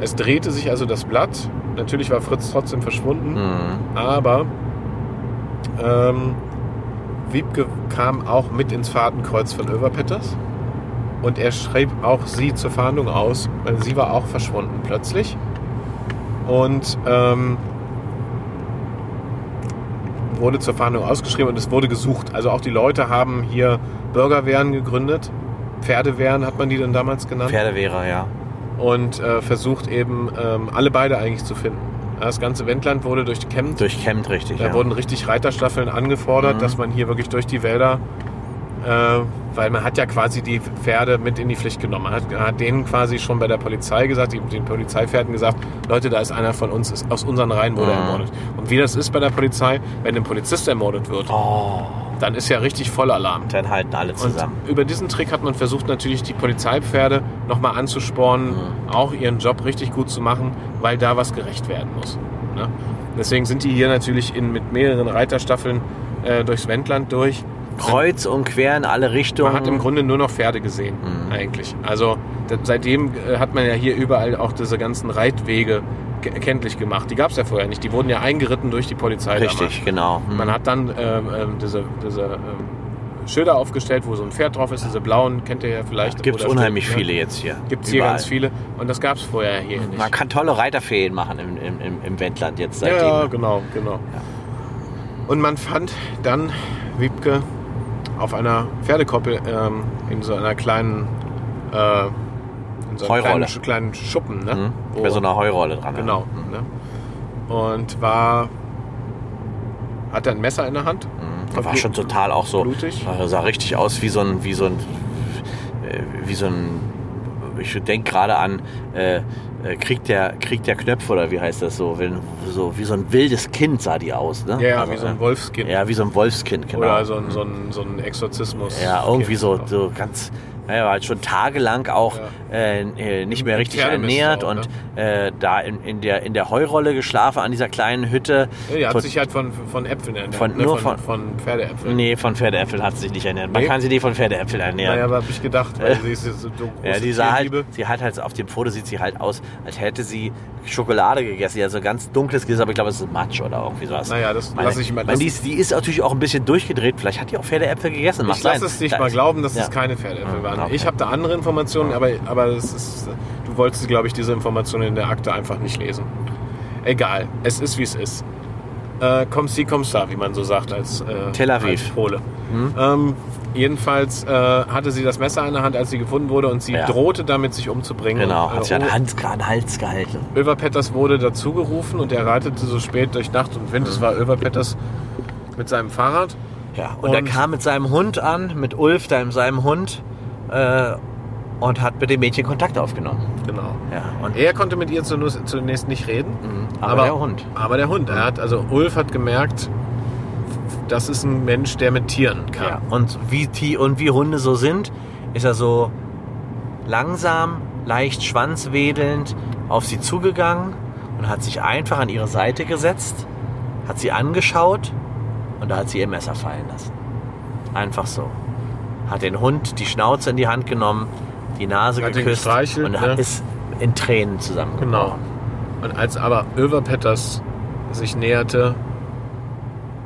[SPEAKER 5] Es drehte sich also das Blatt. Natürlich war Fritz trotzdem verschwunden,
[SPEAKER 2] Hm.
[SPEAKER 5] aber ähm, Wiebke kam auch mit ins Fahrtenkreuz von Överpetters und er schrieb auch sie zur Fahndung aus, weil sie war auch verschwunden plötzlich. Und ähm, wurde zur Fahndung ausgeschrieben und es wurde gesucht. Also auch die Leute haben hier Bürgerwehren gegründet. Pferdewehren hat man die dann damals genannt.
[SPEAKER 2] Pferdewehrer, ja.
[SPEAKER 5] Und äh, versucht eben ähm, alle beide eigentlich zu finden. Das ganze Wendland wurde durchkämmt.
[SPEAKER 2] Durchkämmt richtig.
[SPEAKER 5] Da
[SPEAKER 2] ja.
[SPEAKER 5] wurden richtig Reiterstaffeln angefordert, dass man hier wirklich durch die Wälder, äh, weil man hat ja quasi die Pferde mit in die Pflicht genommen. Man hat, hat denen quasi schon bei der Polizei gesagt, die- den Polizeipferden gesagt, Leute, da ist einer von uns, ist, aus unseren Reihen wurde ermordet. Und wie das ist bei der Polizei, wenn ein Polizist ermordet wird, dann ist ja richtig Vollalarm.
[SPEAKER 2] Oh. dann halten alle
[SPEAKER 5] Und
[SPEAKER 2] zusammen.
[SPEAKER 5] über diesen Trick hat man versucht natürlich die Polizeipferde nochmal anzuspornen, auch ihren Job richtig gut zu machen, weil da was gerecht werden muss. Ne? Deswegen sind die hier natürlich in, mit mehreren Reiterstaffeln äh, durchs Wendland durch.
[SPEAKER 2] Kreuz und quer in alle Richtungen.
[SPEAKER 5] Man hat im Grunde nur noch Pferde gesehen,
[SPEAKER 2] Mhm.
[SPEAKER 5] eigentlich. Also da- seitdem äh, hat man ja hier überall auch diese ganzen Reitwege ge- kenntlich gemacht. Die gab es ja vorher nicht. Die wurden ja eingeritten durch die Polizei. damals.
[SPEAKER 2] richtig, genau. Hm.
[SPEAKER 5] Man hat dann ähm, ähm, diese, diese ähm, Schilder aufgestellt, wo so ein Pferd drauf ist, diese blauen, kennt ihr ja vielleicht.
[SPEAKER 2] Gibt es
[SPEAKER 5] wo da
[SPEAKER 2] unheimlich
[SPEAKER 5] steht, ne?
[SPEAKER 2] viele jetzt hier.
[SPEAKER 5] Gibt es hier
[SPEAKER 2] Überall.
[SPEAKER 5] ganz viele und das gab es vorher hier nicht.
[SPEAKER 2] Man kann tolle Reiterferien machen im, im, im, im Wendland jetzt seitdem. ne?
[SPEAKER 5] ja, genau, genau. Und man fand dann Wiebke auf einer Pferdekoppel ähm, in so einer kleinen, äh, in so
[SPEAKER 2] Heurolle.
[SPEAKER 5] einem kleinen, Sch- kleinen Schuppen. Ne?
[SPEAKER 2] Hm?
[SPEAKER 5] Wo-
[SPEAKER 2] Bei so einer Heurolle dran.
[SPEAKER 5] Genau. Ne? Und war, hatte ein Messer in der Hand.
[SPEAKER 2] Das war schon total auch so.
[SPEAKER 5] Blutig.
[SPEAKER 2] Also sah richtig aus wie so ein, wie so ein, äh, wie so ein. Ich denke gerade an äh, äh, Krieg der, Krieg der Knöpfe oder wie heißt das so? Wenn, so wie so ein wildes Kind sah die aus, ne?
[SPEAKER 5] Ja, ja,
[SPEAKER 2] Also,
[SPEAKER 5] wie so ein
[SPEAKER 2] äh,
[SPEAKER 5] Wolfskind.
[SPEAKER 2] Ja, wie so ein Wolfskind, genau.
[SPEAKER 5] Oder so ein, so ein, so ein Exorzismus. Genau.
[SPEAKER 2] ja, irgendwie so,
[SPEAKER 5] Kind.
[SPEAKER 2] so ganz, naja, war halt schon tagelang auch äh, äh, nicht mehr richtig
[SPEAKER 5] Pferdemischer
[SPEAKER 2] ernährt
[SPEAKER 5] auch, ne?
[SPEAKER 2] und äh, da in, in, der, in der Heurolle geschlafen an dieser kleinen Hütte.
[SPEAKER 5] Ja, er hat
[SPEAKER 2] Tot-
[SPEAKER 5] sich halt von, von Äpfeln ernährt.
[SPEAKER 2] Von-
[SPEAKER 5] ne,
[SPEAKER 2] nur
[SPEAKER 5] von, von Pferdeäpfeln.
[SPEAKER 2] nee, von Pferdeäpfeln hat sie sich nicht ernährt. Man
[SPEAKER 5] Nee.
[SPEAKER 2] kann sie nicht von Pferdeäpfeln ernähren.
[SPEAKER 5] Naja, aber hab ich gedacht, weil sie ist so große
[SPEAKER 2] Ja, die sah halt,
[SPEAKER 5] Tierliebe.
[SPEAKER 2] sie hat halt auf dem Foto sieht sie halt aus, als hätte sie Schokolade gegessen. Sie hat so ein ganz dunkles Gesicht, aber ich glaube, es ist Matsch oder irgendwie sowas.
[SPEAKER 5] Naja, das
[SPEAKER 2] Meine-
[SPEAKER 5] lass ich mal-
[SPEAKER 2] meine, die, ist, die ist natürlich auch ein bisschen durchgedreht. Vielleicht hat die auch Pferdeäpfel gegessen. Mag
[SPEAKER 5] Ich lass
[SPEAKER 2] sein.
[SPEAKER 5] es dich
[SPEAKER 2] Da
[SPEAKER 5] mal
[SPEAKER 2] ist-
[SPEAKER 5] glauben, dass
[SPEAKER 2] ja. Ah,
[SPEAKER 5] es keine Pferdeäpfel waren.
[SPEAKER 2] okay.
[SPEAKER 5] Ich habe da andere Informationen, aber, aber es ist, du wolltest, glaube ich, diese Informationen in der Akte einfach nicht lesen. Egal, es ist wie es ist. Äh, komm si, komm sa, wie man so sagt als, äh,
[SPEAKER 2] Tel Aviv. Hm?
[SPEAKER 5] als Pole. Ähm, jedenfalls äh, hatte sie das Messer in der Hand, als sie gefunden wurde und sie
[SPEAKER 2] Ja.
[SPEAKER 5] drohte damit, sich umzubringen.
[SPEAKER 2] Genau,
[SPEAKER 5] Und,
[SPEAKER 2] hat sie an
[SPEAKER 5] äh,
[SPEAKER 2] den Hals, an den Hals gehalten.
[SPEAKER 5] Överpetters wurde dazugerufen und er reitete so spät durch Nacht und Wind. Es war Överpetters mit seinem Fahrrad.
[SPEAKER 2] Ja, und, er
[SPEAKER 5] Und-
[SPEAKER 2] kam mit seinem Hund an, mit Ulf, deinem, seinem Hund, äh, und hat mit dem Mädchen Kontakt aufgenommen.
[SPEAKER 5] Genau.
[SPEAKER 2] Ja, und
[SPEAKER 5] Er konnte mit ihr zunus- zunächst nicht reden.
[SPEAKER 2] aber, der Hund.
[SPEAKER 5] Aber der Hund. Er hat, also Ulf hat gemerkt, das ist ein Mensch, der mit Tieren kann.
[SPEAKER 2] Ja, und wie Ti und wie Hunde so sind, ist er so langsam, leicht schwanzwedelnd auf sie zugegangen und hat sich einfach an ihre Seite gesetzt, hat sie angeschaut und da hat sie ihr Messer fallen lassen. Einfach so. Hat den Hund die Schnauze in die Hand genommen, die Nase
[SPEAKER 5] Hat ihn
[SPEAKER 2] geküsst
[SPEAKER 5] gestreichelt,
[SPEAKER 2] und hat,
[SPEAKER 5] ne?
[SPEAKER 2] ist in Tränen zusammengebrochen.
[SPEAKER 5] Genau. Und als aber Överpetters sich näherte,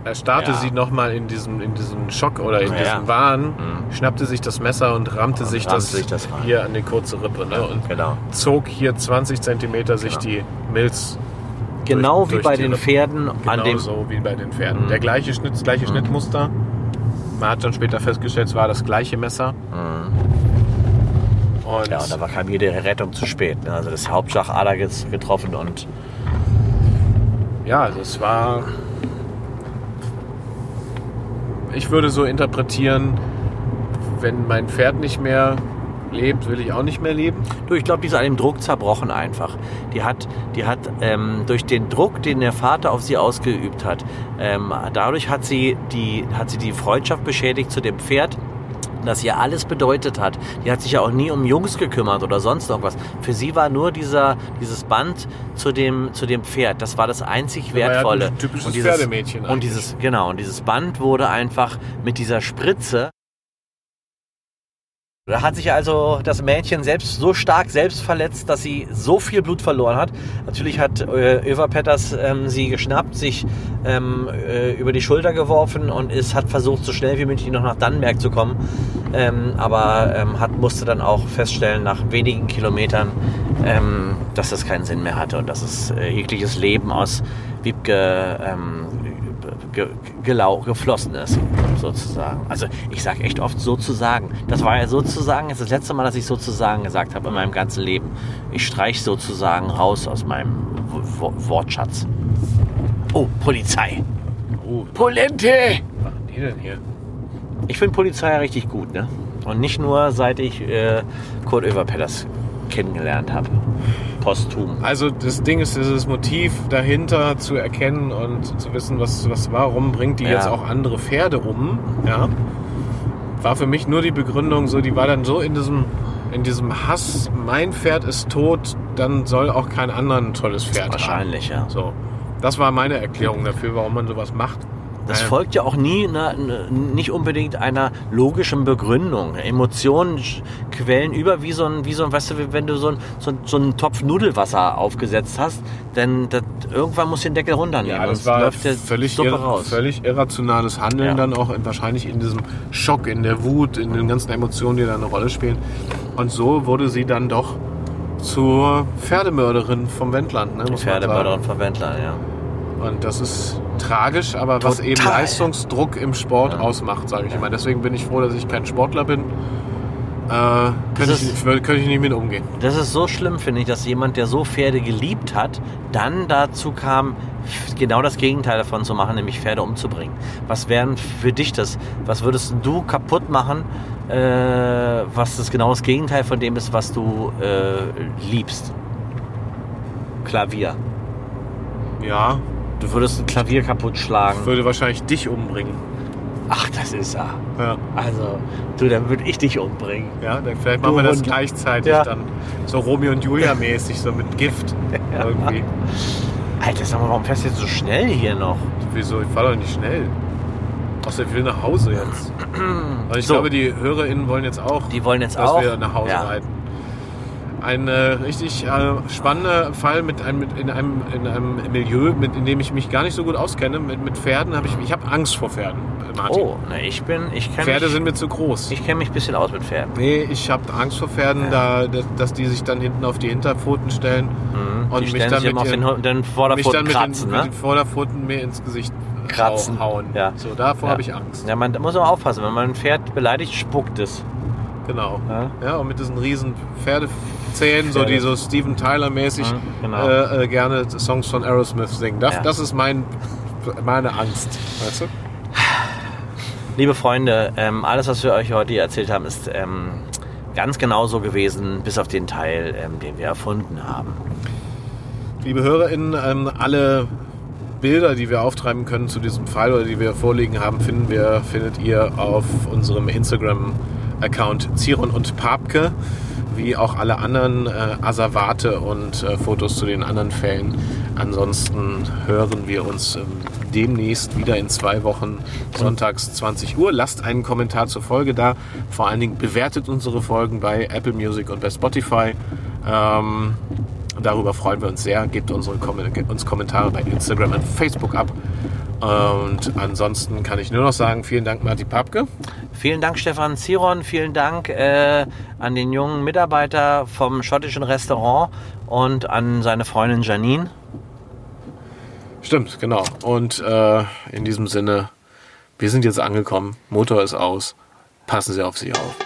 [SPEAKER 5] erstarrte
[SPEAKER 2] Ja.
[SPEAKER 5] sie nochmal in diesem, in diesem Schock oder in
[SPEAKER 2] Ja. Mhm.
[SPEAKER 5] diesem Wahn, schnappte sich das Messer und rammte
[SPEAKER 2] Und
[SPEAKER 5] sich,
[SPEAKER 2] rammte
[SPEAKER 5] das
[SPEAKER 2] sich das rein.
[SPEAKER 5] hier an die kurze Rippe. Ne? Und
[SPEAKER 2] Genau.
[SPEAKER 5] zog hier 20 Zentimeter sich
[SPEAKER 2] Genau.
[SPEAKER 5] die Milz
[SPEAKER 2] Genau wie
[SPEAKER 5] durch
[SPEAKER 2] bei
[SPEAKER 5] die
[SPEAKER 2] den
[SPEAKER 5] Rippen.
[SPEAKER 2] Pferden an Mhm. dem
[SPEAKER 5] genauso wie bei den Pferden. Der gleiche Schnitt, das gleiche Schnittmuster. Man hat dann später festgestellt, es war das gleiche Messer.
[SPEAKER 2] Mhm.
[SPEAKER 5] Und
[SPEAKER 2] Ja, und da war kam jede Rettung zu spät. Ne? Also das Hauptschagader ges- getroffen und
[SPEAKER 5] ja, also es war. Ich würde so interpretieren, wenn mein Pferd nicht mehr lebt, will ich auch nicht mehr leben.
[SPEAKER 2] du, ich glaube, die ist an dem Druck zerbrochen einfach. Die hat, die hat ähm, durch den Druck, den der Vater auf sie ausgeübt hat, ähm, dadurch hat sie, die, hat sie die Freundschaft beschädigt zu dem Pferd, das ihr alles bedeutet hat. Die hat sich ja auch nie um Jungs gekümmert oder sonst irgendwas. Für sie war nur dieser, dieses Band zu dem, zu dem Pferd. Das war das einzig
[SPEAKER 5] war ja
[SPEAKER 2] Wertvolle.
[SPEAKER 5] ein typisches
[SPEAKER 2] und dieses,
[SPEAKER 5] Pferdemädchen
[SPEAKER 2] Und
[SPEAKER 5] eigentlich.
[SPEAKER 2] dieses, genau, und dieses Band wurde einfach mit dieser Spritze Da hat sich also das Mädchen selbst so stark selbst verletzt, dass sie so viel Blut verloren hat. Natürlich hat äh, Eva Petters ähm, sie geschnappt, sich ähm, äh, über die Schulter geworfen und ist, hat versucht, so schnell wie möglich noch nach Dannenberg zu kommen. Ähm, aber ähm, hat, musste dann auch feststellen, nach wenigen Kilometern, ähm, dass das keinen Sinn mehr hatte und dass es äh, jegliches Leben aus Wiebke ähm, ge, gelau, geflossen ist, sozusagen. Also ich sage echt oft sozusagen. Das war ja sozusagen, jetzt das letzte Mal, dass ich sozusagen gesagt habe in meinem ganzen Leben. Ich streich sozusagen raus aus meinem Wo- Wo- Wortschatz. Oh, Polizei.
[SPEAKER 5] Oh,
[SPEAKER 2] Polente!
[SPEAKER 5] was machen die denn hier?
[SPEAKER 2] Ich finde Polizei ja richtig gut, ne? Und nicht nur seit ich äh, Kurt Oeverpetters kennengelernt habe. Posthum.
[SPEAKER 5] Also das Ding ist, dieses Motiv dahinter zu erkennen und zu wissen, was, was warum bringt die
[SPEAKER 2] Ja.
[SPEAKER 5] jetzt auch andere Pferde um, ja, war für mich nur die Begründung, so die war dann so in diesem in diesem Hass, mein Pferd ist tot, dann soll auch kein anderen tolles Pferd
[SPEAKER 2] Wahrscheinlich, ja.
[SPEAKER 5] haben. So, das war meine Erklärung dafür, warum man sowas macht.
[SPEAKER 2] Das
[SPEAKER 5] Ähm,
[SPEAKER 2] folgt ja auch nie, ne, n- nicht unbedingt einer logischen Begründung. Emotionen sch- quellen über wie so ein, wie so ein, weißt du, wenn du so, ein, so, ein, so einen Topf Nudelwasser aufgesetzt hast, dann das, irgendwann musst du den Deckel runternehmen.
[SPEAKER 5] Ja, das
[SPEAKER 2] sonst
[SPEAKER 5] war
[SPEAKER 2] läuft der
[SPEAKER 5] völlig,
[SPEAKER 2] Suppe
[SPEAKER 5] irre-
[SPEAKER 2] raus.
[SPEAKER 5] völlig irrationales Handeln
[SPEAKER 2] Ja.
[SPEAKER 5] dann auch in, wahrscheinlich in diesem Schock, in der Wut, in den ganzen Emotionen, die da eine Rolle spielen. Und so wurde sie dann doch zur Pferdemörderin vom Wendland. Ne, muss man
[SPEAKER 2] Pferdemörder und Verwendler, ja.
[SPEAKER 5] sagen. Und das ist tragisch, aber was
[SPEAKER 2] Total.
[SPEAKER 5] eben Leistungsdruck im Sport
[SPEAKER 2] Ja.
[SPEAKER 5] ausmacht, sage ich immer. Deswegen bin ich froh, dass ich kein Sportler bin. Äh, könnte,
[SPEAKER 2] ist-
[SPEAKER 5] ich, nicht- könnte ich nicht mit umgehen.
[SPEAKER 2] Das ist so schlimm, finde ich, dass jemand, der so Pferde geliebt hat, dann dazu kam, genau das Gegenteil davon zu machen, nämlich Pferde umzubringen. Was wären für dich das? Was würdest denn du kaputt machen, äh, was das genau das Gegenteil von dem ist, was du äh, liebst? Klavier.
[SPEAKER 5] Ja,
[SPEAKER 2] Du würdest ein Klavier kaputt schlagen.
[SPEAKER 5] würde wahrscheinlich dich umbringen.
[SPEAKER 2] Ach, das ist er.
[SPEAKER 5] Ja,
[SPEAKER 2] Also, du, dann würde ich dich umbringen.
[SPEAKER 5] ja dann vielleicht machen wir das
[SPEAKER 2] Hund.
[SPEAKER 5] gleichzeitig
[SPEAKER 2] Ja.
[SPEAKER 5] dann. So Romeo und Julia mäßig, so
[SPEAKER 2] <laughs>
[SPEAKER 5] mit Gift. Irgendwie.
[SPEAKER 2] Alter, sag mal, warum fährst du jetzt so schnell hier noch?
[SPEAKER 5] Wieso? Ich fahre doch nicht schnell. Außer ich will nach Hause jetzt. Und ich
[SPEAKER 2] So.
[SPEAKER 5] glaube, die HörerInnen wollen jetzt auch,
[SPEAKER 2] Die wollen jetzt
[SPEAKER 5] dass
[SPEAKER 2] auch.
[SPEAKER 5] wir nach Hause
[SPEAKER 2] ja.
[SPEAKER 5] reiten. Ein äh, richtig äh, spannender Fall mit einem, mit, in, einem, in einem Milieu, mit, in dem ich mich gar nicht so gut auskenne. Mit, mit Pferden habe ich, ich habe Angst vor Pferden, äh, Martin.
[SPEAKER 2] Oh, na, ich bin, ich kenne
[SPEAKER 5] Pferde
[SPEAKER 2] mich,
[SPEAKER 5] sind mir zu groß.
[SPEAKER 2] ich kenne mich ein bisschen aus mit Pferden.
[SPEAKER 5] Nee, ich habe Angst vor Pferden, da, dass, dass die sich dann hinten auf die Hinterpfoten stellen und
[SPEAKER 2] Mhm. die
[SPEAKER 5] mich
[SPEAKER 2] stellen
[SPEAKER 5] dann,
[SPEAKER 2] sich
[SPEAKER 5] mit
[SPEAKER 2] immer auf
[SPEAKER 5] ihren,
[SPEAKER 2] den, Ho- den
[SPEAKER 5] mich dann
[SPEAKER 2] Vorderpfoten
[SPEAKER 5] mit,
[SPEAKER 2] kratzen,
[SPEAKER 5] den,
[SPEAKER 2] ne?
[SPEAKER 5] mit den Vorderpfoten mir ins Gesicht äh,
[SPEAKER 2] Kratzen,
[SPEAKER 5] hauen.
[SPEAKER 2] ja.
[SPEAKER 5] So, davor
[SPEAKER 2] Ja.
[SPEAKER 5] habe ich Angst.
[SPEAKER 2] Ja, man da muss aber aufpassen, wenn man ein Pferd beleidigt, spuckt es. ne?
[SPEAKER 5] Genau.
[SPEAKER 2] Ja.
[SPEAKER 5] Ja. und mit diesen riesen Pferdezähnen, so
[SPEAKER 2] Pferde.
[SPEAKER 5] die so Steven Tyler-mäßig
[SPEAKER 2] Mhm, genau.
[SPEAKER 5] äh, äh, gerne Songs von Aerosmith singen. Das,
[SPEAKER 2] Ja.
[SPEAKER 5] das ist mein, meine Angst. Weißt du?
[SPEAKER 2] Liebe Freunde, ähm, alles, was wir euch heute hier erzählt haben, ist ähm, ganz genau so gewesen, bis auf den Teil, ähm, den wir erfunden haben.
[SPEAKER 5] Liebe HörerInnen, ähm, alle Bilder, die wir auftreiben können zu diesem Fall oder die wir vorliegen haben, finden wir, findet ihr auf unserem Instagram-Account Ziron und Papke, wie auch alle anderen äh, Asservate und äh, Fotos zu den anderen Fällen. Ansonsten hören wir uns ähm, demnächst wieder in zwei Wochen, sonntags 20 Uhr. Lasst einen Kommentar zur Folge da. Vor allen Dingen bewertet unsere Folgen bei Apple Music und bei Spotify. Ähm, Darüber freuen wir uns sehr. Gebt unsere Kom gebt uns Kommentare bei Instagram und Facebook ab. Und ansonsten kann ich nur noch sagen, vielen Dank, Martin Papke.
[SPEAKER 2] Vielen Dank, Stefan Ziron. Vielen Dank äh, an den jungen Mitarbeiter vom schottischen Restaurant und an seine Freundin Janine.
[SPEAKER 5] Stimmt, genau. Und äh, in diesem Sinne, wir sind jetzt angekommen. Motor ist aus. Passen Sie auf sich auf.